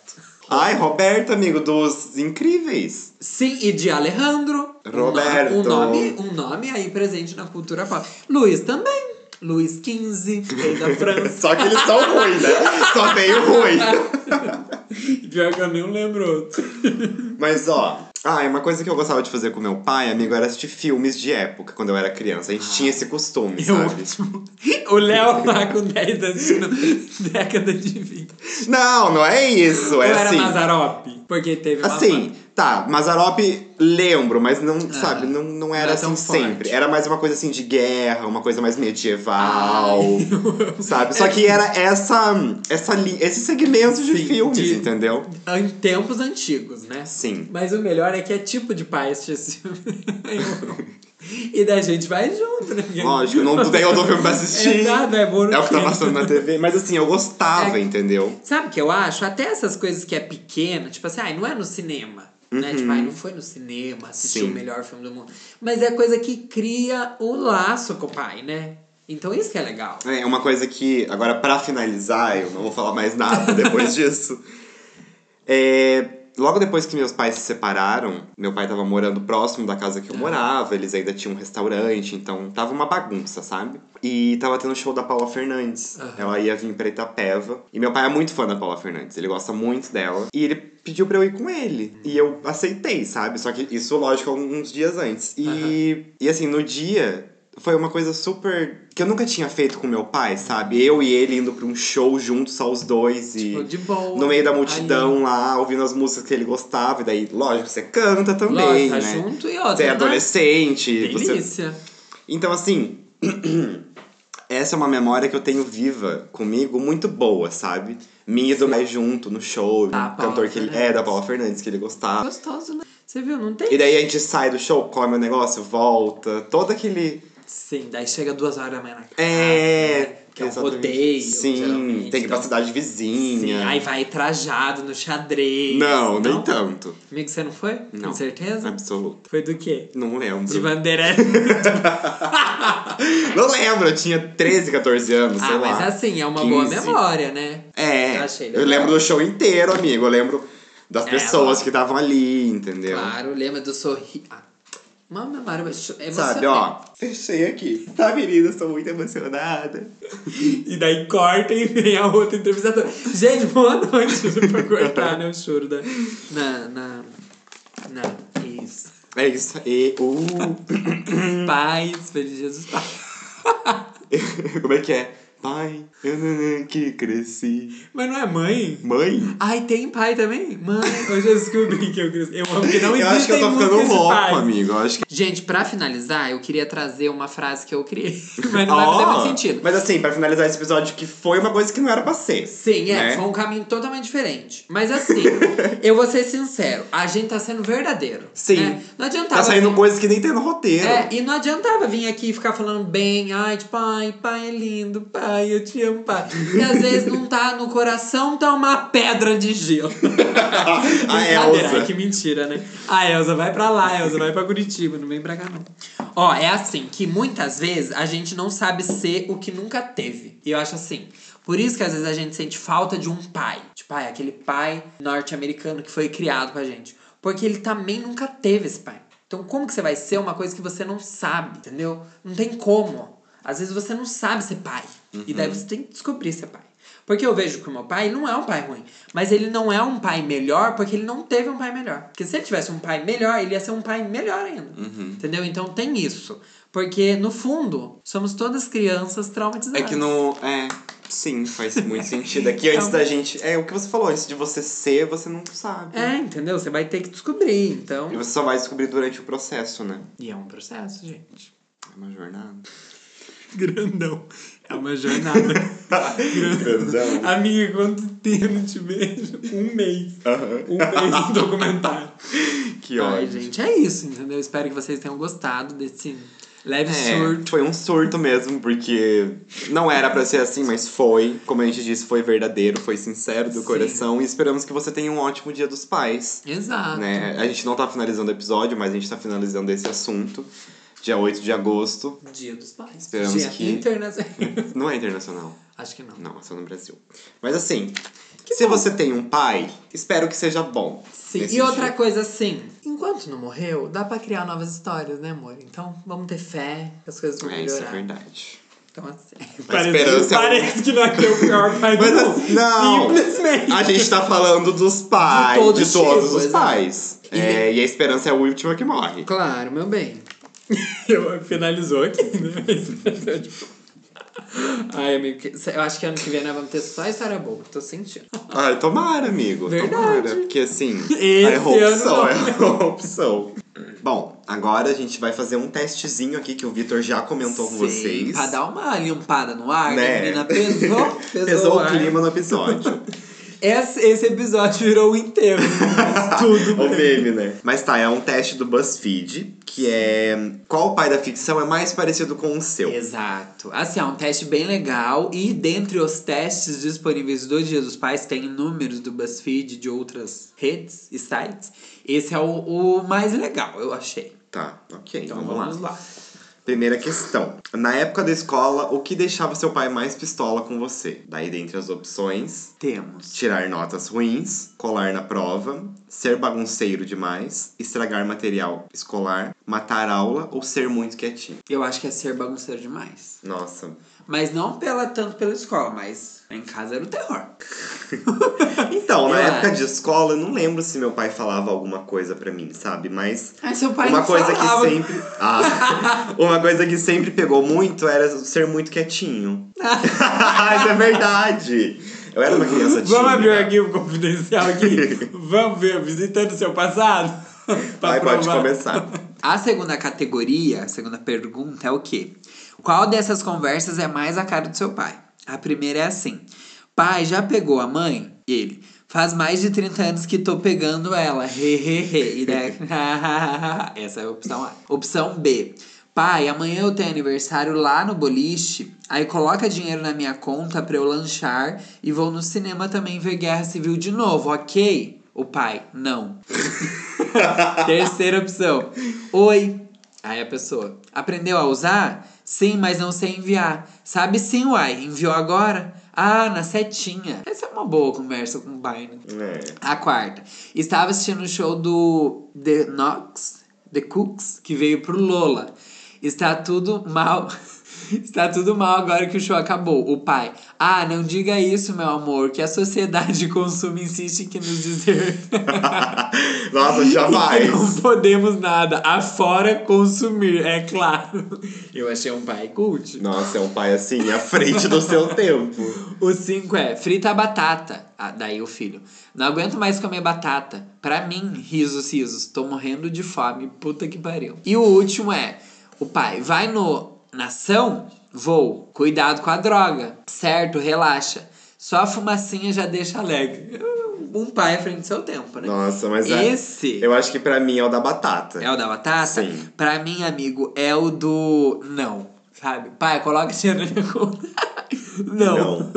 Ai, Roberto, amigo dos incríveis.
Sim, e de Alejandro. Um no-
Roberto.
Um nome, um nome aí presente na cultura pop. Luiz também. Luiz XV, rei da França.
Só que eles são ruins, né? Só tem o ruim.
Pior que eu nem lembro outro.
Mas ó. Ah, uma coisa que eu gostava de fazer com meu pai, amigo, era assistir filmes de época quando eu era criança. A gente tinha esse costume,
Eu
sabe?
ótimo. O Léo lá com 10 anos, na década de 20.
Não, não é isso.
Ou
É
era
assim.
Mazarop? Porque teve uma
Assim, tá, Mazarop lembro, mas não, sabe, não, Ah, não
não
era
é tão
assim sempre.
forte.
Era mais uma coisa assim de guerra, uma coisa mais medieval, sabe? Só que era essa, essa li- esse segmento É. de
Sim,
filmes,
de-
entendeu?
Em tempos antigos, né?
Sim.
Mas o melhor é que é tipo de pai assistir esse filme. e da gente vai junto, né?
Lógico, não tem outro filme pra assistir.
É nada, é bom no
É o que tá
filme.
passando na TV. Mas assim, eu gostava,
É.
entendeu?
Sabe o que eu acho? Até essas coisas que é pequena, tipo assim, ai, não é no cinema. Né? Tipo, ai, não foi no cinema assistir
Uhum. Sim.
o melhor filme do mundo. Mas é coisa que cria o laço com o pai, né? Então isso que é legal.
É uma coisa que, agora pra finalizar, eu não vou falar mais nada depois disso. É, logo depois que meus pais se separaram, meu pai tava morando próximo da casa que eu morava, eles ainda tinham um restaurante, então tava uma bagunça, sabe? E tava tendo show da Paula Fernandes.
Aham.
Ela ia vir pra Itapeva. E meu pai é muito fã da Paula Fernandes, ele gosta muito dela. E ele pediu pra eu ir com ele. E eu aceitei, sabe? Só que isso, lógico, uns dias antes. E, e assim, no dia, foi uma coisa super. que eu nunca tinha feito com meu pai, sabe? Eu e ele indo pra um show juntos, só os dois. E
Tipo, de boa.
no meio da multidão lá, ouvindo as músicas que ele gostava. E daí, lógico, você canta
ali,
também,
lógico, tá
né?
junto e outra.
Você é
né?
adolescente. Você...
Delícia.
Então, assim. Essa é uma memória que eu tenho viva comigo, muito boa, sabe? Minha e do Mé junto no show,
Da
um
Paula
cantor que ele, é
Fernandes.
da Paula Fernandes que ele gostava.
Gostoso, né? Você viu? Não tem.
E daí a gente sai do show, come o negócio, volta, todo aquele
Sim, daí chega duas horas da manhã na casa.
É,
né? Que é um
exatamente.
rodeio.
Sim, tem
geralmente,
que ir pra
então-
cidade vizinha.
Sim, aí vai trajado no xadrez.
não,
Então,
nem tanto.
Amigo, você não foi?
Não. É.
Com certeza?
Absoluto.
Foi do quê?
Não lembro.
De bandeirante.
Não lembro, eu tinha 13, 14 anos, sei
ah,
lá.
mas assim, é uma boa
15.
memória, né?
É,
Eu achei
eu
legal.
lembro do show inteiro, amigo. Eu lembro das
É,
pessoas
lógico.
que estavam ali, entendeu?
Claro, lembra do sorriso. Ah, uma memória emocionante.
Sabe, ó. Fechei aqui. Tá, menina? Estou muito emocionada.
E daí corta e vem a outra entrevistadora. Gente, boa noite. pra cortar, né? O choro da... Na... Na... Na... Isso.
É isso aí. Uh,
Paz, feliz Jesus.
como é que é? Pai, eu não- que cresci.
Mas não é mãe?
Mãe?
Ai, tem pai também? Mãe, hoje eu descobri que eu cresci. Eu amo que não
eu acho que eu
existem
tô ficando
músicas de
louco,
pais.
amigo. Eu acho que.
Gente, pra finalizar, eu queria trazer uma frase que eu criei, mas não vai fazer
Ó,
muito sentido.
Mas assim, pra finalizar esse episódio, que foi uma coisa que não era pra ser.
Sim, é,
né?
foi um caminho totalmente diferente. Mas assim, eu vou ser sincero, a gente tá sendo verdadeiro.
Sim.
né? Não adiantava.
Tá saindo
vir-
coisas que nem tem no roteiro.
É, e não adiantava vir aqui e ficar falando bem, ai, tipo, ai, pai é lindo, pai, eu te amo, pai. E às vezes não tá no coração, tá uma pedra de gelo.
a
Brincadeira,
Elsa.
ai, que mentira, né? A Elza vai pra lá, a Elza vai pra Curitiba, não vem pra cá não. Ó, é assim, que muitas vezes a gente não sabe ser o que nunca teve. E eu acho assim, por isso que às vezes a gente sente falta de um pai. Tipo, ai, aquele pai norte-americano que foi criado pra gente. Porque ele também nunca teve esse pai. Então como que você vai ser uma coisa que você não sabe, entendeu? Não tem como. Às vezes você não sabe ser pai. E
Uhum.
daí você tem que descobrir ser pai. Porque eu vejo que o meu pai ele não é um pai ruim. Mas ele não é um pai melhor porque ele não teve um pai melhor. Porque se ele tivesse um pai melhor, ele ia ser um pai melhor ainda.
Uhum.
Entendeu? Então tem isso. Porque, no fundo, somos todas crianças traumatizadas.
É que no. É. Sim, faz muito sentido. Aqui antes
Então.
da gente. É o que você falou, antes de você ser, você não sabe.
É, entendeu? Você vai ter que descobrir, então.
E você só vai descobrir durante o processo, né?
E é um processo, gente.
É uma jornada.
Grandão. É uma jornada.
Grandão.
Amiga, quanto tempo te vejo? Um mês. Um mês de documentário.
Que
Ai,
ódio.
gente, é isso, entendeu? Espero que vocês tenham gostado desse leve
É,
surto.
Foi um surto mesmo, porque não era pra ser assim, mas foi. Como a gente disse, foi verdadeiro, foi sincero do
Sim.
coração. E esperamos que você tenha um ótimo Dia dos Pais.
Exato.
Né? A gente não tá finalizando o episódio, mas a gente tá finalizando esse assunto. Dia 8 de agosto.
Dia dos pais.
Esperamos
Dia
que-
internacional.
Não é internacional.
Acho que não.
Não, é só no Brasil. Mas assim,
Que
se
bom.
você tem um pai, espero que seja bom.
Sim.
nesse
E outra
dia.
coisa, assim, enquanto não morreu, dá pra criar novas histórias, né, amor? Então, vamos ter fé que as coisas vão
É,
melhorar.
isso é verdade.
Então, assim.
esperança é um-
parece que não é que é o pior pai do
Mas
mundo.
assim, não.
Simplesmente.
A gente tá falando dos pais,
De
de
todos
todos,
tipos,
os
exato.
pais. É, e a esperança é a última que morre.
Claro, meu bem. Eu finalizou aqui, né? Ai, amigo, que- eu acho que ano que vem nós vamos ter só história boa. Tô sentindo.
Ai, tomara, amigo.
Verdade.
Tomara. Porque assim,
Esse
I hope
ano não.
so, I hope so. é Bom, agora a gente vai fazer um testezinho aqui que o Vitor já comentou com
Sim,
vocês.
Pra dar uma limpada no ar, né?
Né?
menina pesou. Pesou, é.
Pesou o
ar.
clima no episódio.
Esse, esse episódio virou um né? o inteiro.
Tudo o meme, né? Mas tá, é um teste do BuzzFeed, que é qual pai da ficção é mais parecido com o seu.
Exato. Assim, é um teste bem legal. E dentre os testes disponíveis do Dia dos Pais, tem números do BuzzFeed de outras redes e sites. Esse é o, o mais legal, eu achei.
Tá, ok,
Então
vamos,
vamos
lá.
lá.
Primeira questão. Na época da escola, o que deixava seu pai mais pistola com você? Daí, dentre as opções,
Temos.
tirar notas ruins, colar na prova, ser bagunceiro demais, estragar material escolar, matar aula ou ser muito quietinho.
Eu acho que é ser bagunceiro demais.
Nossa.
Mas não pela, tanto pela escola, mas em casa era o terror.
Então, na
Eu
época
acho.
de escola, eu não lembro se meu pai falava alguma coisa pra mim, sabe? Mas
Ai, seu pai
uma
não
coisa
falava.
que sempre. Ah, uma coisa que sempre pegou muito era ser muito quietinho. Isso é verdade. Eu era uma criança tímida.
Vamos abrir aqui o confidencial aqui. Vamos ver, visitando seu passado. Pra
Vai, pode
provar.
começar.
A segunda categoria, a segunda pergunta é o quê? Qual dessas conversas é mais a cara do seu pai? A primeira é assim: Pai, já pegou a mãe? Ele. Faz mais de 30 anos que tô pegando ela. He, he, he. E daí, Essa é a opção A. Opção B. Pai, amanhã eu tenho aniversário lá no boliche. Aí coloca dinheiro na minha conta pra eu lanchar e vou no cinema também ver Guerra Civil de novo, ok? O pai, não. Terceira opção. Oi. Aí a pessoa. Aprendeu a usar? Sim, mas não sei enviar. Sabe sim, uai. Enviou agora? Ah, na setinha. Essa é uma boa conversa com o pai, né?
É.
A quarta. Estava assistindo o show do The Knox, The Cooks, que veio pro Lola. Está tudo mal. Está tudo mal agora que o show acabou. O pai. Ah, não diga isso, meu amor, que a sociedade de consumo insiste que nos dizer.
Nossa,
E que
jamais.
Não podemos nada, afora consumir, é claro. Eu achei um pai cult.
Nossa, é um pai assim, à frente do seu tempo.
O 5 é frita a batata. Ah, daí o filho. Não aguento mais comer batata. Pra mim, risos, risos. Tô morrendo de fome, puta que pariu. E o último é: o pai, vai no nação? Vou. Cuidado com a droga. Certo, relaxa. Só a fumacinha já deixa alegre. Um pai à frente do seu tempo, né?
Nossa, mas é-
Esse.
eu acho que pra mim é o da batata.
É o da batata?
Sim.
Pra mim, amigo, é o do não, sabe? Pai, coloca esse ano na minha conta. não.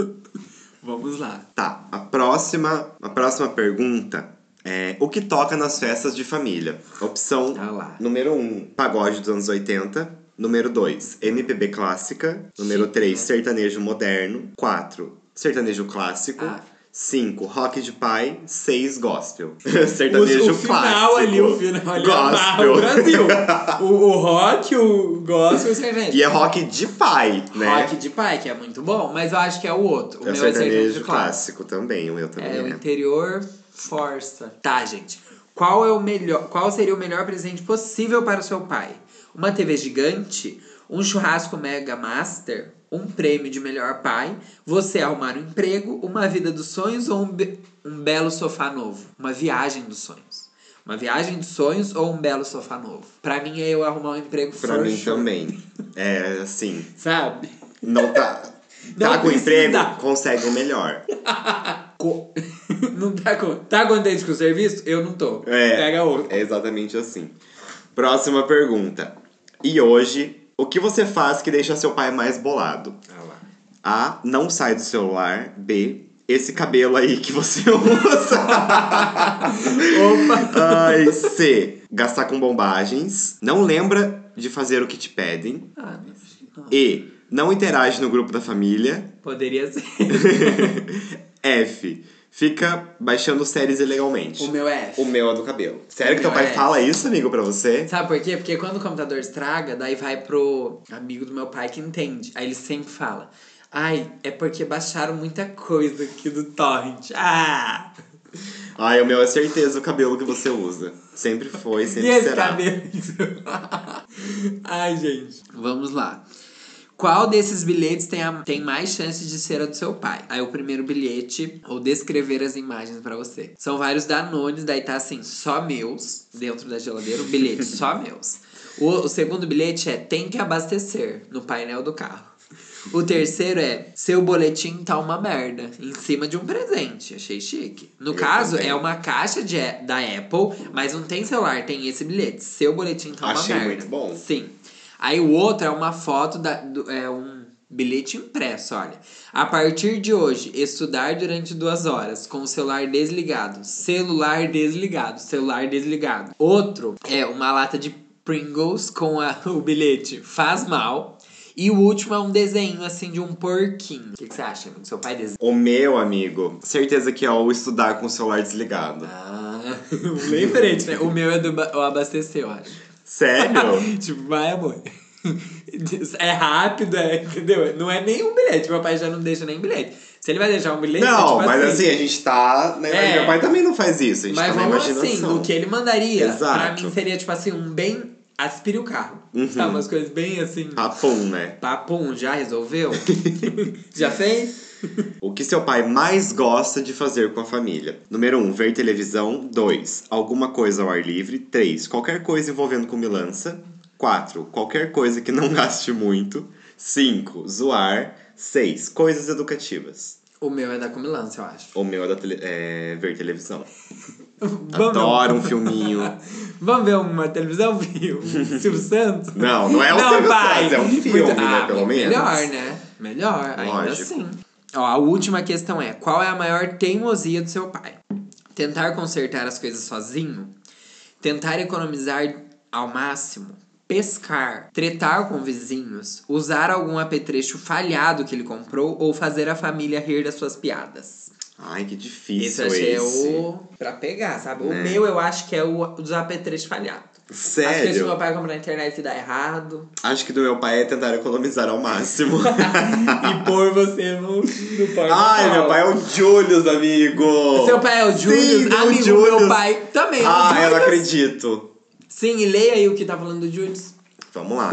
Vamos lá.
Tá, a próxima, a próxima pergunta é o que toca nas festas de família? Opção
Ah lá.
número 1, um, pagode dos anos 80. Número 2, MPB clássica. Número
Chique,
3,
né?
sertanejo moderno. 4, sertanejo clássico.
Ah.
5, rock de pai. 6, gospel.
O,
sertanejo
o
clássico.
final ali, o final
é
ali amarra o Brasil.
Gospel.
o, o rock, o gospel, o sertanejo.
e é rock de pai, né?
Rock de pai, que é muito bom, mas eu acho que é o outro. O
é o
meu é
sertanejo
sertanejo
clássico.
clássico.
também, o meu também
É, o
é.
interior força. Tá, gente. Qual é o melhor, qual seria o melhor presente possível para o seu pai? Uma TV gigante, um churrasco mega master, um prêmio de melhor pai, você arrumar um emprego, uma vida dos sonhos ou um, be- um belo sofá novo? Uma viagem dos sonhos. Uma viagem dos sonhos ou um belo sofá novo? Pra mim é eu arrumar um emprego
Pra
for
mim
sure,
também. É assim.
Sabe?
Não tá.
Não
tá com
precisa.
emprego? Consegue o melhor.
Co- não tá, co- tá contente com o serviço? Eu não tô.
É.
Pega outro.
É exatamente assim. Próxima pergunta. E hoje, o que você faz que deixa seu pai mais bolado?
Ah lá.
A. Não sai do celular. B. Esse cabelo aí que você usa.
Opa!
Ai, C. Gastar com bombagens. Não lembra de fazer o que te pedem.
Ah, não, acho que não.
E. Não interage no grupo da família.
Poderia ser.
F. Fica baixando séries ilegalmente.
o meu é F.
O meu é do cabelo. Sério que
O
teu
meu
pai
é
fala isso, amigo, pra você?
Sabe por quê? Porque quando o computador estraga, daí vai pro amigo do meu pai que entende. Aí ele sempre fala: Ai, é porque baixaram muita coisa aqui do torrent. Ah!
Ai, o meu é certeza o cabelo que você usa. Sempre foi,
E
sempre
esse
será.
cabelo? Ai, gente. Vamos lá. Qual desses bilhetes tem, a- tem mais chances de ser a do seu pai? Aí o primeiro bilhete, ou descrever as imagens pra você. São vários danones, daí tá assim, só meus, dentro da geladeira, um bilhete, só meus. O, o segundo bilhete é tem que abastecer, no painel do carro. O terceiro é seu boletim tá uma merda, em cima de um presente. Achei chique. No
Eu
caso,
também.
é uma caixa de, da Apple, mas não tem celular, tem esse bilhete. Seu boletim tá uma
Achei
merda.
muito bom.
Sim. Aí o outro é uma foto, da, do- é um bilhete impresso, olha. A partir de hoje, estudar durante duas horas com o celular desligado. Celular desligado, celular desligado. Outro é uma lata de Pringles com a- o bilhete faz mal. E o último é um desenho, assim, de um porquinho. O que, que você acha? amigo? Seu pai desenha?
O meu, amigo, certeza que é o estudar com o celular desligado.
Ah,
um
bem diferente, né? O meu é do ba- o abastecer, eu acho.
Sério?
tipo, vai, amor. É rápido, é, entendeu? Não é nem um bilhete. Meu pai já não deixa nem bilhete. Se ele vai deixar um bilhete, é
não,
tipo
mas assim, a gente tá. né,
É.
Meu pai também não faz isso, a gente tá
Mas
na
vamos assim,
imaginação.
no que ele mandaria, pra
Exato.
mim seria tipo assim, um bem. Aspire o carro.
Uhum.
Sabe, umas coisas bem assim.
Papum, né?
Papum, já resolveu? já fez?
O que seu pai mais gosta de fazer com a família? Número 1, um, ver televisão. 2, alguma coisa ao ar livre. 3, qualquer coisa envolvendo comilança. 4, qualquer coisa que não gaste muito. 5, zoar. 6, coisas educativas.
O meu é da comilança, eu acho.
O meu é, da tele- é ver televisão.
Vamos, ver-
Adoro um filminho.
vamos ver uma televisão, viu? Silvio Santos?
Não, não é o Silvio Santos, é um filme,
Muito-
né,
Ah,
pelo menos.
Melhor, né? Melhor, ainda
Lógico.
assim. Ó, a última questão é: qual é a maior teimosia do seu pai? Tentar consertar as coisas sozinho? Tentar economizar ao máximo? Pescar, tretar com vizinhos, usar algum apetrecho falhado que ele comprou ou fazer a família rir das suas piadas.
Ai, que
Esse
difícil
eu achei
esse.
é o. pra pegar, sabe? O
Né?
meu eu acho que é o dos apetrechos falhados. As coisas que é
Sério?
meu pai compra na internet e dá errado.
Acho que do meu pai é tentar economizar ao máximo.
e pôr você no, no porta
Ai, meu pai é o Julius, amigo!
Seu pai é o
Sim,
Julius?
é o
amigo,
Julius.
meu pai também é o
Ah, eu não
Julius.
acredito.
Sim, e leia aí o que tá falando do Julius.
Vamos lá.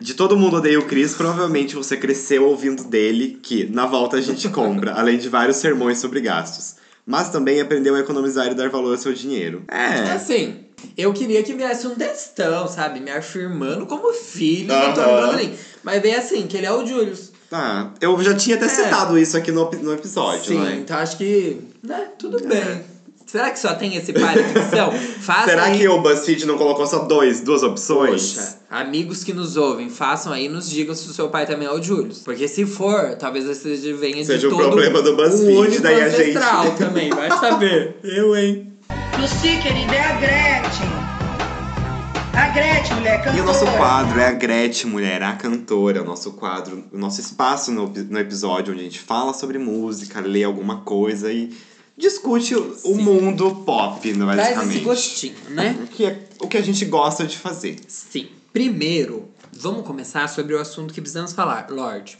De todo mundo odeia o Chris, provavelmente você cresceu ouvindo dele que na volta a gente compra, além de vários sermões sobre gastos. Mas também aprendeu a economizar e dar valor ao seu dinheiro. É.
Assim, eu queria que viesse um textão, sabe? Me afirmando como filho
Aham.
do Antônio Bandolim. Mas veio assim, que ele é o Julius.
Tá. Eu já tinha até
É.
citado isso aqui no, no episódio,
Sim,
né?
então acho que, né, tudo
É.
bem. Será que só tem esse pai de ficção? Faça
Será
aí.
que o BuzzFeed não colocou só dois, duas opções?
Poxa, amigos que nos ouvem, façam aí e nos digam se o seu pai também é o Júlio. Porque se for, talvez esse venha
Seja
de
o
todo
problema do BuzzFeed,
um único
daí a
ancestral
gente-
também, vai saber. Eu, hein?
Lucy, querida, é a Gretchen. A Gretchen, mulher, cantora.
E o nosso quadro é a Gretchen, mulher, a cantora. O nosso quadro, o nosso espaço no, no episódio onde a gente fala sobre música, lê alguma coisa e discute o, o mundo pop, não,
Traz
basicamente.
esse gostinho, né?
O que, é, o que a gente gosta de fazer.
Sim. Primeiro, vamos começar sobre o assunto que precisamos falar. Lorde,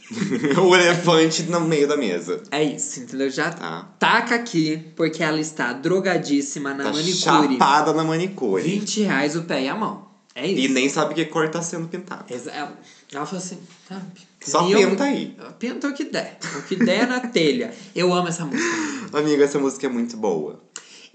o elefante no meio da mesa.
é isso, entendeu? Já
Tá.
taca aqui, porque ela está drogadíssima na
tá
manicure.
chapada na manicure.
20 reais o pé e a mão. É isso. É.
E nem sabe que cor tá sendo pintada.
Exa- Ela, ela falou assim, sabe?
Só
E eu-
penta aí.
Pinta o que der. O que der na telha. Eu amo essa música.
Amiga, essa música é muito boa.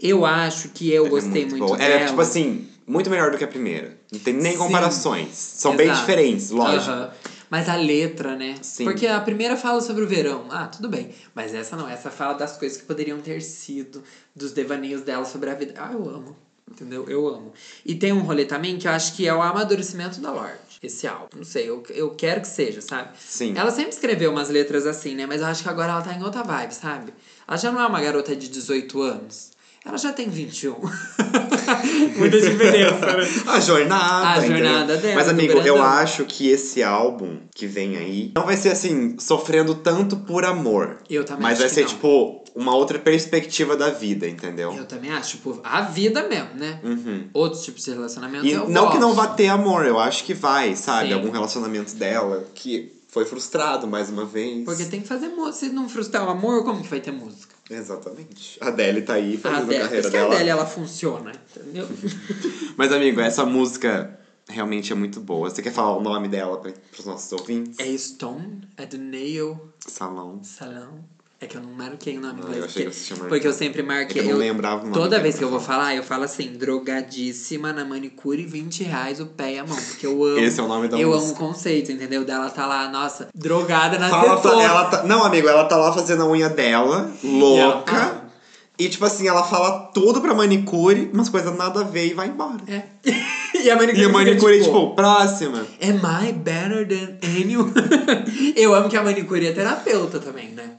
Eu acho que
Ela
eu
é
gostei muito,
boa.
dela.
Ela é, tipo assim, muito melhor do que a primeira. Não tem nem
Sim.
comparações. São bem
Exato.
diferentes, lógico.
Aham. Mas a letra, né?
Sim.
Porque a primeira fala sobre o verão. Ah, tudo bem. Mas essa não. Essa fala das coisas que poderiam ter sido, dos devaneios dela sobre a vida. Ah, eu amo. Entendeu? Eu amo. E tem um rolê também que eu acho que é o amadurecimento da Lorde. Esse álbum. Não sei, eu, eu quero que seja, sabe?
Sim.
Ela sempre escreveu umas letras assim, né? Mas eu acho que agora ela tá em outra vibe, sabe? Ela já não é uma garota de 18 anos. Ela já tem 21.
Muita diferença, né?
A jornada.
A jornada
entendeu?
dela,
Mas,
do
amigo, eu
Brandão.
acho que esse álbum que vem aí não vai ser assim, sofrendo tanto por amor.
Eu também
Mas
acho
vai
que
ser,
não.
tipo, uma outra perspectiva da vida, entendeu?
Eu também acho, tipo, a vida mesmo, né?
Uhum.
Outros tipos de relacionamento.
E
eu
não que não vá
gosto.
ter amor, eu acho que vai, sabe?
Sim.
Algum relacionamento dela que foi frustrado mais uma vez.
Porque tem que fazer música. Se não frustrar o amor, como que vai ter música?
Exatamente. A Adele tá aí
A
fazendo a
Adele, por
carreira
isso que a
dela.
Adele, ela funciona, entendeu?
Mas, amigo, essa música realmente é muito boa. Você quer falar o nome dela pra, pros nossos ouvintes?
é Stone, é do Nail
Salão.
Salão. É que eu não marquei o
Ah,
nome em inglês,
eu achei que
porque-
você tinha
Porque eu
marcado.
sempre marquei.
É que eu não lembrava o nome
Toda
dela
vez que
pra
eu vou falar, eu falo assim: drogadíssima na manicure, 20 reais o pé e a mão. Porque eu amo.
Esse é o nome da
Eu amo o
música.
conceito, entendeu? Dela tá lá, nossa, drogada na
Fala,
tetona.
tá- ela tá, não, amigo, ela tá lá fazendo a unha dela,
E ela
louca.
fala.
E, tipo assim, ela fala tudo pra manicure, umas coisas nada a ver e vai embora.
É. e a manicure,
E a
fica,
manicure, tipo, próxima.
Am I better than anyone? eu amo que a manicure é terapeuta também, né?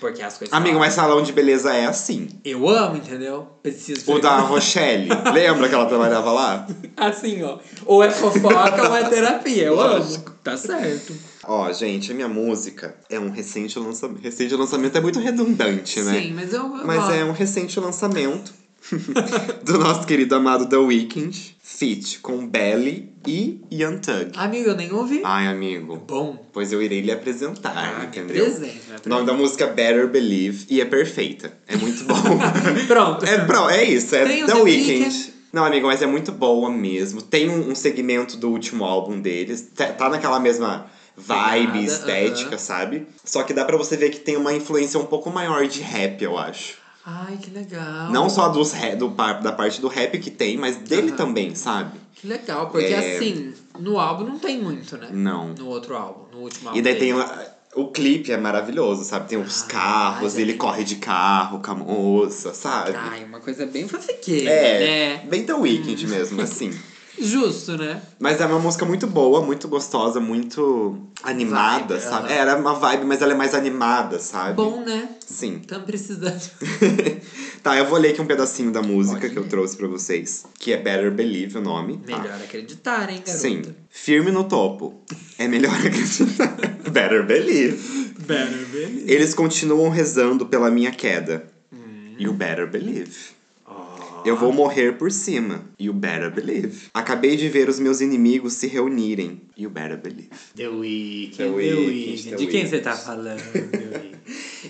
Porque as coisas.
Amigo, mas salão de beleza é assim.
Eu amo, entendeu? Preciso. um
O da Rochelle. Lembra que ela trabalhava lá?
Assim, ó. Ou é fofoca ou é terapia. Eu amo. Tá certo.
Ó, gente, a minha música é um recente lançamento. Recente lançamento é muito redundante, né?
Sim, mas eu. eu
Mas
gosto.
é um recente lançamento do nosso querido amado The Weeknd, feat com Belly e Ian Tug.
Amigo, eu nem ouvi.
Ai, amigo.
Bom.
Pois eu irei lhe apresentar,
Ah,
entendeu?
presente, né?
O nome da música é Better Believe e é perfeita. É muito bom.
Pronto.
é, pro- é isso, é
Tem o
The,
The
Weeknd.
Weeknd.
Não, amigo, mas é muito boa mesmo. Tem um, um segmento do último álbum deles, tá, tá naquela mesma vibe,
Pegada,
estética,
aham.
sabe? Só que dá pra você ver que tem uma influência um pouco maior de rap, eu acho.
Ai, que legal.
Não só dos ra- do, par- da parte do rap que tem, mas dele
Aham.
também, sabe?
Que legal, porque
É.
assim, no álbum não tem muito, né?
Não.
No outro álbum, no último álbum.
E daí tem
dele.
a- o clipe é maravilhoso, sabe? Tem os
Ah,
carros,
ai,
ele
gente.
corre de carro com a moça, sabe?
Ai, uma coisa bem fanfiqueira,
é,
né?
bem The Weeknd mesmo, assim.
Justo, né?
Mas é uma música muito boa, muito gostosa, muito animada,
Vibe,
sabe?
aham.
É, Era uma vibe, mas ela é mais animada, sabe?
Bom, né?
Sim.
Tamo precisando.
Ah. tá, eu vou ler aqui um pedacinho da música
Pode
que eu
ler.
trouxe pra vocês, que é Better Believe o nome. tá?
Melhor acreditar, hein, garota?
Sim. Firme no topo. É melhor acreditar. Better believe.
Better Believe.
Eles continuam rezando pela minha queda. You better believe.
Oh,
Eu vou morrer por cima. You better believe. Acabei de ver os meus inimigos se reunirem. You better believe.
The Weeknd,
The
The
Weeknd,
Weeknd.
The
De quem
Weeknd.
você tá falando, The Weeknd?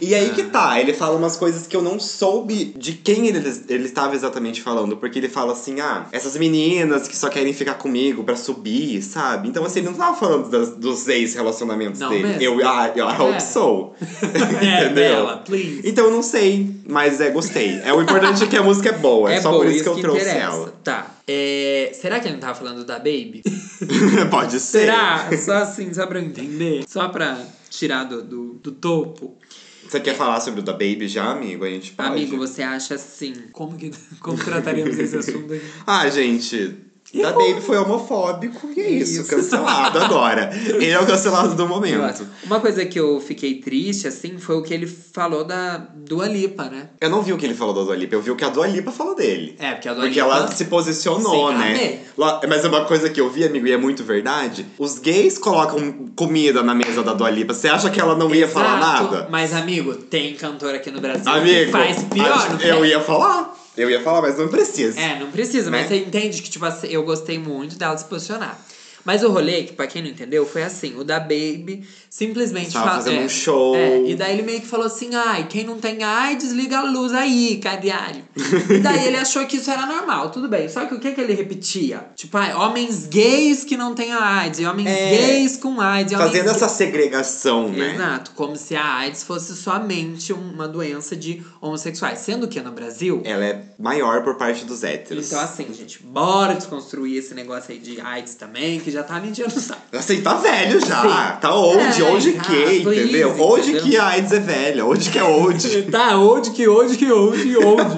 E aí
É.
que tá, ele fala umas coisas que eu não soube de quem ele, ele estava exatamente falando. Porque ele fala assim, ah, essas meninas que só querem ficar comigo pra subir, sabe? Então assim, ele não tava falando das- dos ex-relacionamentos
Não
dele.
mesmo.
Eu, ah, eu I hope
É.
so.
é, Bela, please.
Então eu não sei, mas é, gostei. É, o importante é que a música é boa, é, só
boa,
por isso que eu trouxe
interessa.
ela.
Tá. É, será que ele não tava falando da Baby?
Pode ser.
Será? Só assim, só pra eu entender. Só pra tirar do, do, do topo.
Você quer falar sobre o da Baby já, amigo? A gente pode.
Amigo, você acha assim. Como que como trataríamos esse assunto aqui?
Ah, gente. Da Baby foi homofóbico e é isso,
Isso.
cancelado agora. Ele é o cancelado do
Eu
momento.
acho. Uma coisa que eu fiquei triste, assim, foi o que ele falou da Dua Lipa, né?
Eu não vi o que ele falou da Dua Lipa, eu vi o que a Dua Lipa falou dele.
É, porque a Dua
Porque
Lipa...
ela se posicionou,
Sim,
né?
amei.
Lá- Mas uma coisa que eu vi, amigo, e é muito verdade: os gays colocam comida na mesa da Dua Lipa. Você acha que ela não ia falar
Exato.
nada?
Mas, amigo, tem cantor aqui no Brasil
Amigo,
que faz pior.
a-
não
eu
tem?
ia falar. Eu ia falar, mas não precisa.
É, não precisa, mas
Né?
você entende que, tipo, assim, eu gostei muito dela se posicionar. Mas o rolê, que pra quem não entendeu, foi assim: o da Baby simplesmente
Tava
fa-
fazendo
é,
um show.
é, e daí ele meio que falou assim: ai, quem não tem ai, desliga a luz aí, cardealho. e daí ele achou que isso era normal, tudo bem. Só que o que, que ele repetia? Tipo, ai, homens gays que não têm AIDS, e homens
É.
gays com AIDS, e homens
Fazendo
gays-
essa segregação, né?
Exato, como se a AIDS fosse somente uma doença de homossexuais. Sendo que no Brasil,
Ela é maior por parte dos héteros.
então, assim, gente, bora desconstruir esse negócio aí de AIDS também, que já tá me enchendo o saco.
Assim, tá velho já.
Sim.
Tá old,
É,
old
tá,
que,
please,
entendeu? Old
entendeu?
que a AIDS é velha, old que é old.
Tá, onde que onde que onde onde.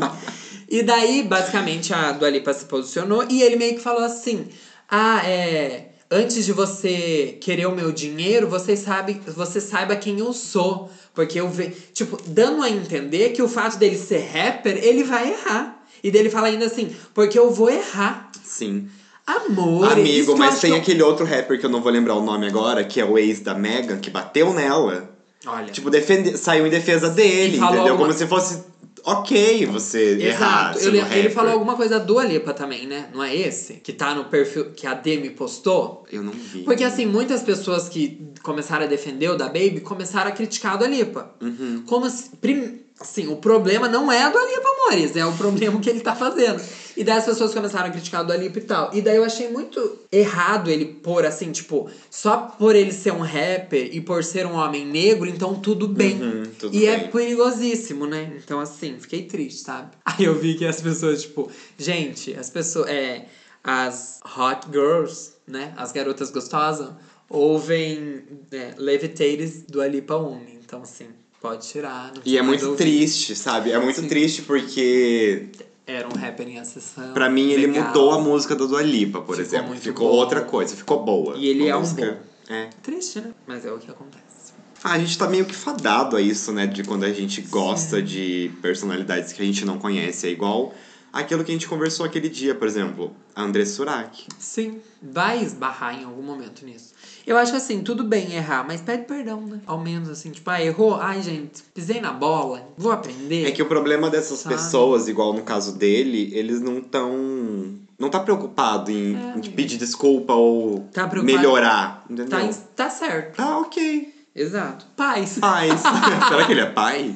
e daí, basicamente, a Dua Lipa se posicionou e ele meio que falou assim: Ah, é. Antes de você querer o meu dinheiro, você sabe, você saiba quem eu sou. Porque eu vejo. Tipo, dando a entender que o fato dele ser rapper, ele vai errar. E dele fala ainda assim, porque eu vou errar.
Sim.
Amor, é isso que
Amigo,
eu
mas
acho
tem
que eu-
aquele outro rapper que eu não vou lembrar o nome agora, que é o ex da Megan, que bateu nela.
Olha.
Tipo, defende... saiu em defesa dele,
E falou
entendeu? Como
alguma-
se fosse ok você é um errar.
Exato.
sendo
Ele, ele
rapper.
falou alguma coisa do Alipa também, né? Não é esse? Que tá no perfil que a Demi postou?
Eu não vi.
Porque assim, muitas pessoas que começaram a defender o da Baby começaram a criticar a Dua Lipa.
Uhum.
Como se, prim- assim, o problema não é a Dua Lipa, amores, é o problema que ele tá fazendo. E daí as pessoas começaram a criticar a Dua Lipa e tal. E daí eu achei muito errado ele pôr assim, tipo, só por ele ser um rapper e por ser um homem negro, então tudo bem.
Uhum, tudo
e é
bem.
perigosíssimo, né? Então, assim, fiquei triste, sabe? Aí eu vi que as pessoas, tipo, gente, as pessoas. É, as hot girls, né? As garotas gostosas ouvem é, Levitated do Alipa Uni. Então, assim, pode tirar. não
E é
mais
muito
ouvir.
triste, sabe? É muito
Sim.
triste porque,
Era um rapper em ascensão.
pra mim, ele
Então, legal.
mudou a música da Dua Lipa, por
Ficou
exemplo.
muito
Ficou
boa.
outra coisa, ficou boa.
E ele
a
é um
música. É.
Triste, né? Mas é o que acontece.
Ah, a gente tá meio que fadado a isso, né? De quando a gente gosta de personalidades que a gente não conhece. É igual aquilo que a gente conversou aquele dia, por exemplo, a André Surak.
Sim, vai esbarrar em algum momento nisso. Eu acho que assim, tudo bem errar, mas pede perdão, né? Ao menos assim, tipo, ah, errou? Ai, gente, pisei na bola, vou aprender.
É que o problema dessas
Sabe?
pessoas, igual no caso dele, eles não tão. Não tá preocupado em,
É.
em pedir desculpa ou
Tá preocupado.
melhorar. Entendeu?
Tá, em- tá certo.
Tá ok.
Exato. Paz.
Paz. Será que ele é pai?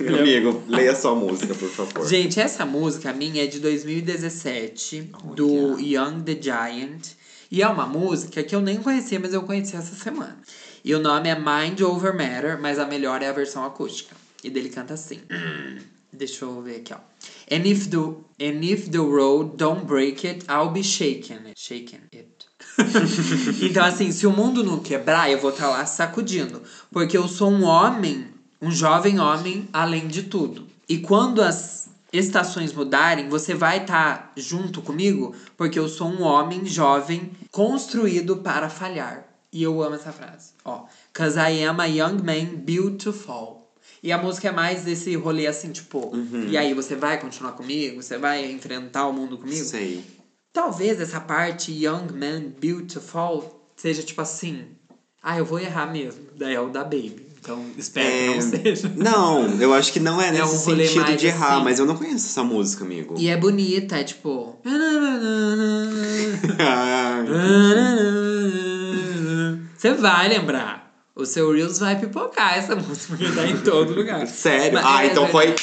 Amigo, leia sua música, por favor.
Gente, essa música minha é de 2017, do Young the Giant. E é uma música que eu nem conhecia, mas eu conheci essa semana. E o nome é Mind Over Matter, mas a melhor é a versão acústica. E dele canta assim. Deixa eu ver aqui, ó. And if the, and if the road don't break it, I'll be shaking it. Shaking it. então, assim, se o mundo não quebrar, eu vou estar lá sacudindo. Porque eu sou um homem, um jovem homem, além de tudo. E quando as estações mudarem, você vai estar junto comigo, porque eu sou um homem jovem construído para falhar. E eu amo essa frase. Ó. Cause I am a young man built to fall. E a música é mais desse rolê assim, tipo, e aí você vai continuar comigo? Você vai enfrentar o mundo comigo?
Sei.
Talvez essa parte Young Man Beautiful seja tipo assim. Ah, eu vou errar mesmo. Daí é o da Baby. Então espero que
É,
não seja.
Não, eu acho que não é nesse
um rolê
sentido
mais
de errar,
assim.
mas eu não conheço essa música, amigo.
E é bonita, é tipo.
Ah,
Você vai lembrar. O seu Reels vai pipocar essa música, porque tá em todo lugar.
Sério?
Mas-
Ah,
é,
então
mas-
foi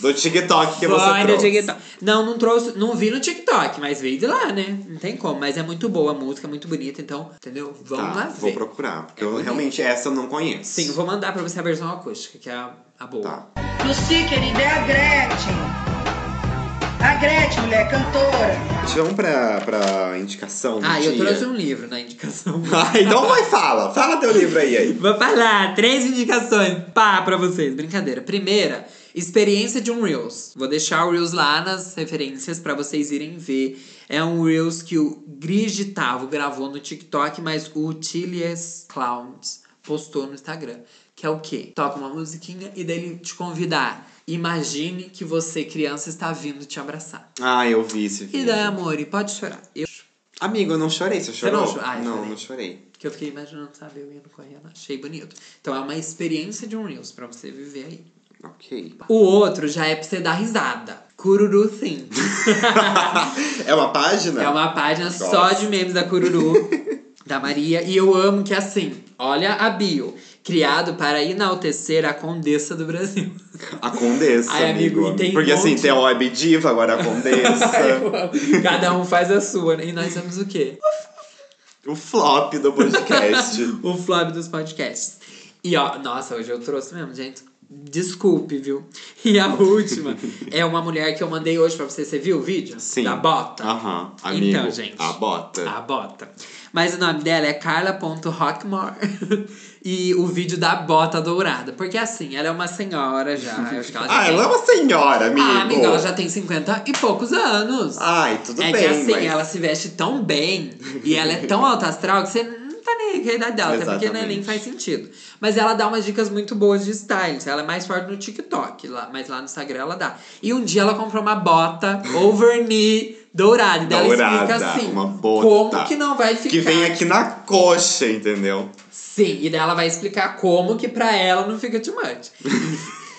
do TikTok que você
Foi no
trouxe.
TikTok. Não, não trouxe, não vi no TikTok, mas veio de lá, né? Não tem como, mas é muito boa a música, é muito bonita, então, entendeu? Vamos
tá,
lá
vou
ver.
procurar, porque
É
eu
bonito.
realmente essa eu não conheço.
Sim, eu vou mandar pra você a versão acústica, que é a, a boa.
Tá.
Lucy, querida, é a Gretchen. A Gretchen, mulher cantora.
Gente, Vamos pra, pra indicação do
Ah, eu
dia.
trouxe um livro na indicação.
Ah, então vai, fala. Fala teu livro aí, aí.
Vou falar três indicações, pá, pra vocês. Brincadeira. Primeira, experiência de um Reels. Vou deixar o Reels lá nas referências pra vocês irem ver. É um Reels que o Grigitavo gravou no TikTok, mas o Tilias Clowns postou no Instagram. Que é o quê? Toca uma musiquinha e daí ele te convidar. Imagine que você, criança, está vindo te abraçar.
Ah, eu vi esse vídeo.
E daí, amor, e pode chorar. Eu,
Amigo, eu não chorei. Você
Você
chorou?
não chorou? Ah, eu
não,
chorei.
não chorei.
que eu fiquei imaginando, sabe, eu indo correndo, achei bonito. Então é uma experiência de um Reels pra você viver aí.
Ok.
O outro já é pra você dar risada. Cururu Sim.
é uma página?
É uma página
Nossa.
só de memes da Cururu, da Maria. E eu amo que assim, olha a bio. Criado para enaltecer a Condessa do Brasil.
A Condessa,
Ai, amigo,
amigo.
e tem
Porque
um
assim,
monte.
tem a OEB Diva, agora a Condessa.
Eu amo. Cada um faz a sua, né? E nós somos o quê?
o flop do podcast.
O Flávio dos podcasts. E ó, nossa, hoje eu trouxe mesmo, gente. Desculpe, viu? E a última é uma mulher que eu mandei hoje pra você. Você viu o vídeo?
Sim.
Da bota.
Aham, amigo.
Então, gente.
A bota.
A bota. Mas o nome dela é Carla.Rockmore. e o vídeo da bota dourada. Porque assim, ela é uma senhora já. eu acho que ela já
Ah,
tem...
ela é uma senhora, amigo.
Ah, amiga, ela já tem 50 e poucos anos.
Ai, tudo
é
bem,
que assim,
mas...
ela se veste tão bem e ela é tão alta astral que você não tá nem aí com a idade dela, até porque né,
Exatamente.
nem faz sentido. Mas ela dá umas dicas muito boas de styles. Ela é mais forte no TikTok, lá, mas lá no Instagram ela dá. E um dia ela comprou uma bota over knee dourada. E daí ela
Dourada,
explica assim:
uma bota.
como que não vai ficar.
Que vem aqui na coxa, entendeu?
Sim, e daí ela vai explicar como que pra ela não fica too much.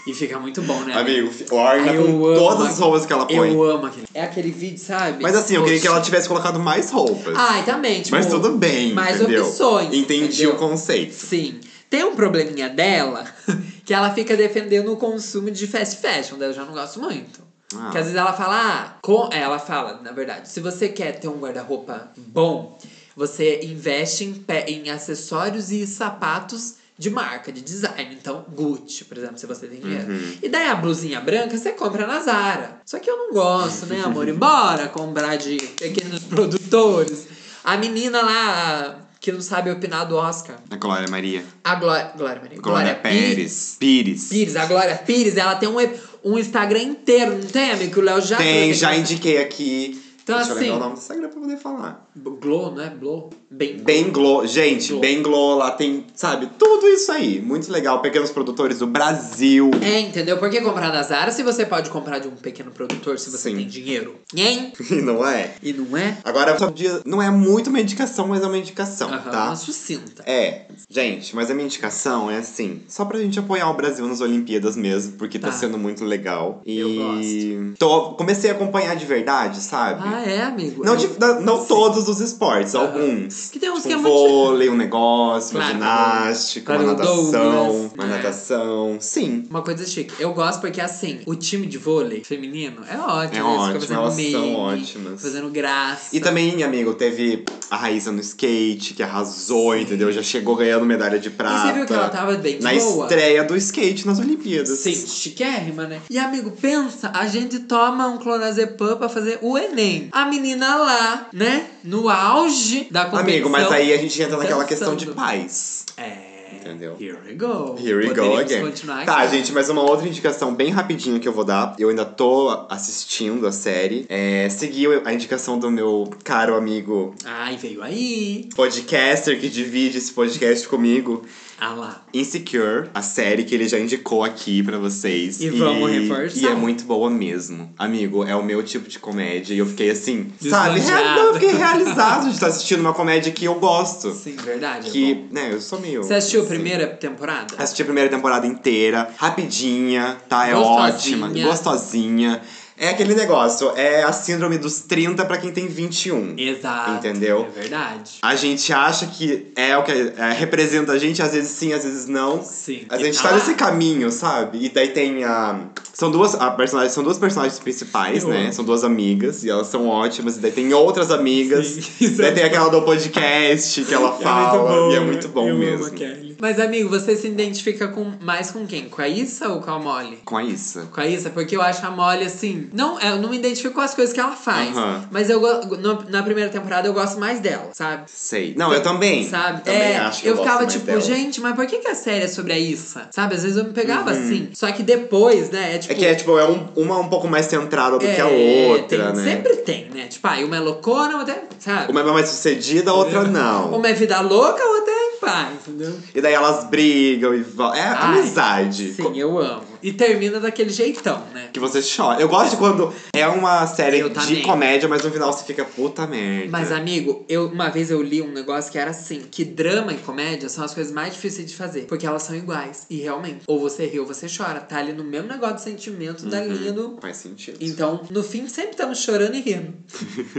E, e fica muito bom, né?
Amigo, orna
Ai, eu
tá com
amo
todas as
aquele-
roupas que ela põe.
Eu amo aquele. É aquele vídeo, sabe?
Mas assim, eu queria que
Poxa.
ela tivesse colocado mais roupas.
Ai, também, tipo,
Mas tudo bem,
mais
entendeu?
opções,
Entendi
entendeu?
o conceito.
Sim. Tem um probleminha dela que ela fica defendendo o consumo de fast fashion, daí eu já não gosto muito.
Ah.
Porque às vezes ela fala, ah, com... é, ela fala, na verdade, se você quer ter um guarda-roupa bom, você investe em, pe- em acessórios e sapatos de marca, de design. Então, Gucci, por exemplo, se você tem dinheiro. E daí a blusinha branca você compra na Zara. Só que eu não gosto, né, amor? E bora comprar de pequenos produtores. A menina lá, que não sabe opinar do Oscar.
A Glória Maria.
A Glória, Glória, Maria.
Glória, Pérez. Pires.
Pires, a Glória Pires, ela tem um, e- um Instagram inteiro, não tem, amigo? Que o Léo já
Tem, já indiquei aqui.
Então,
Deixa eu lembrar
assim-
o nome do Instagram pra poder falar.
Glow, não é? Glow? Bem,
Bem Glow, gente,
Glow.
Bem Glow lá tem, sabe, tudo isso aí. Muito legal. Pequenos produtores do Brasil.
É, entendeu? Por que comprar na Zara se você pode comprar de um pequeno produtor se você
Sim.
tem dinheiro? Hein?
E não é?
E não é?
Agora, só podia- não é muito uma indicação, mas é uma indicação,
Aham,
tá?
uma sucinta.
É, gente, mas a minha indicação é assim, só pra gente apoiar o Brasil nas Olimpíadas mesmo, porque tá,
Tá.
sendo muito legal. E
Eu gosto.
Tô, comecei a acompanhar de verdade, sabe?
Ah, é, amigo?
Não,
Eu-
de- não- não
Sim.
todos os esportes,
Aham.
alguns.
Que tem uns
Tipo,
que é
um
muito-
vôlei, um negócio, uma
Claro.
ginástica, uma
Claro, o
natação,
Douglas,
uma
né?
natação. Sim.
Uma coisa chique. Eu gosto porque, assim, o time de vôlei feminino é ótimo.
É
eles ficam
ótimo,
fazendo
elas são
meme,
ótimas.
Fazendo graça.
E também, amigo, teve a Raíssa no skate, que arrasou, entendeu? Já chegou ganhando medalha de
E
prata.
você viu que ela tava bem de
Na
boa?
estreia do skate nas Olimpíadas.
Sim, chiquérrima, né? E, amigo, pensa, a gente toma um clonazepam pra fazer o Enem. A menina lá, né? No auge da competição.
Amigo, mas aí a gente entra naquela questão de
dançando.
paz.
É...
Entendeu?
Here we go.
Here we go
Poderíamos
again.
continuar
Tá,
aqui.
gente, mas uma outra indicação bem rapidinha que eu vou dar. Eu ainda tô assistindo a série. É, segui a indicação do meu caro amigo
Ai, veio aí.
podcaster que divide esse podcast comigo.
Ah lá.
Insecure, a série que ele já indicou aqui pra vocês.
E vamos reforçar.
E é muito boa mesmo. Amigo, é o meu tipo de comédia. E eu fiquei assim, sabe?
Deslanchado.
Real, não, eu fiquei realizado de estar assistindo uma comédia que eu gosto.
Sim, verdade. é
Que,
bom.
né, eu sou meio.
Você assistiu a
assim.
primeira temporada?
Assisti a primeira temporada inteira, rapidinha, tá? É
Gostosinha.
ótima, gostosinha. É aquele negócio, é a síndrome dos 30 pra quem tem 21.
Exato.
Entendeu?
É verdade.
A gente acha que é o que é, representa a gente, às vezes sim, às vezes não.
Sim.
Mas
E
a gente
tá
tá
lá.
nesse caminho, sabe? E daí tem a. São duas. A personagem, são duas personagens principais,
Eu
né?
amo.
São duas amigas, e elas são ótimas. E daí tem outras amigas.
Sim, isso é
daí Né, tem aquela do podcast que ela fala. e é
né?
muito bom
eu
mesmo.
Amo a Kelly.
Mas, amigo, você se identifica com mais com quem? Com a Issa ou com a Molly?
Com a Issa.
com a Issa, porque eu acho a Molly assim. Não, eu não me identifico com as coisas que ela faz.
Aham.
Mas eu go- no- na primeira temporada eu gosto mais dela, sabe?
Sei. Não, eu também.
Sabe?
Também
é,
acho que
eu,
eu, gosto
ficava
mais
tipo,
dela.
gente, mas por que, que a série é sobre a Issa? Sabe? Às vezes eu me pegava assim. Só que depois, né? É
Uhum.
tipo.
É que é tipo, é um- uma um pouco mais centrada do que a
é,
outra,
tem-
né?
Sempre tem, né? Tipo, aí uma é loucona, outra é. Sabe?
Uma é mais sucedida, a outra não.
Uma é vida louca, outra é em paz, entendeu?
E daí elas brigam e vão. É
Ai,
amizade.
Sim, eu amo. E termina daquele jeitão, né?
Que você chora. Eu gosto de quando é uma série
Eu
de
também.
comédia, mas no final você fica puta merda.
Mas, amigo, eu uma vez eu li um negócio que era assim: que drama e comédia são as coisas mais difíceis de fazer, porque elas são iguais. E realmente, ou você ri ou você chora. Tá ali no mesmo negócio do sentimento da
Uhum.
linha do.
Hum, Faz sentido.
Então, no fim, sempre estamos chorando e rindo.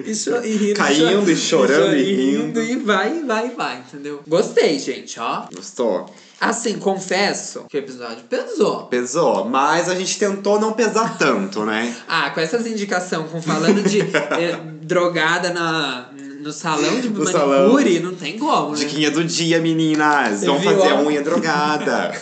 E, cho e rindo,
Caindo e chorando e rindo.
E vai, e vai, e vai, entendeu? Gostei, gente, ó.
Gostou?
Assim, confesso que o episódio pesou.
Pesou, mas a gente tentou não pesar tanto, né?
Ah, com essas indicações, com falando de eh, drogada na, no salão de
No
manicure,
salão.
não tem como, né?
Diquinha do dia, meninas.
Você
Vão
viu,
fazer a
ó?
unha drogada.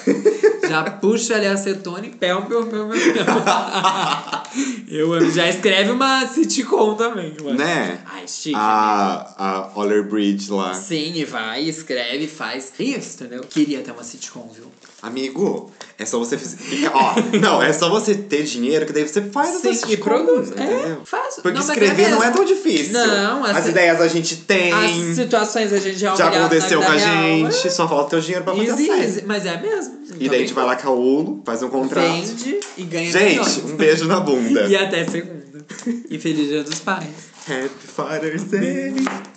Já puxa ali acetona e pão, pão, pão, pão. Eu amo. Já escreve uma sitcom também, eu acho.
né?
Ai, chique.
A, a Oller Bridge lá.
né? Sim, e vai, escreve, faz. Isso, entendeu? Queria ter uma sitcom, viu?
Amigo, é só você. ficar- Ó, não, é só você ter dinheiro que daí você faz
Sim,
essas
e produz.
coisas,
É,
entendeu?
faz.
Porque
mas
escrever não é
mesmo.
tão difícil.
Não,
as,
assim-
ideias a gente tem.
As situações a gente já
já
olhava na
aconteceu com
vida
a
real.
gente, só falta o teu dinheiro pra fazer a
Easy,
série.
easy. é, Mas é mesmo. Então,
E daí a gente vai lá caulo, faz um contrato.
Vende e ganha
Gente,
milhões.
um beijo na bunda.
E até segunda. E feliz dia dos pais.
Happy Father's Day.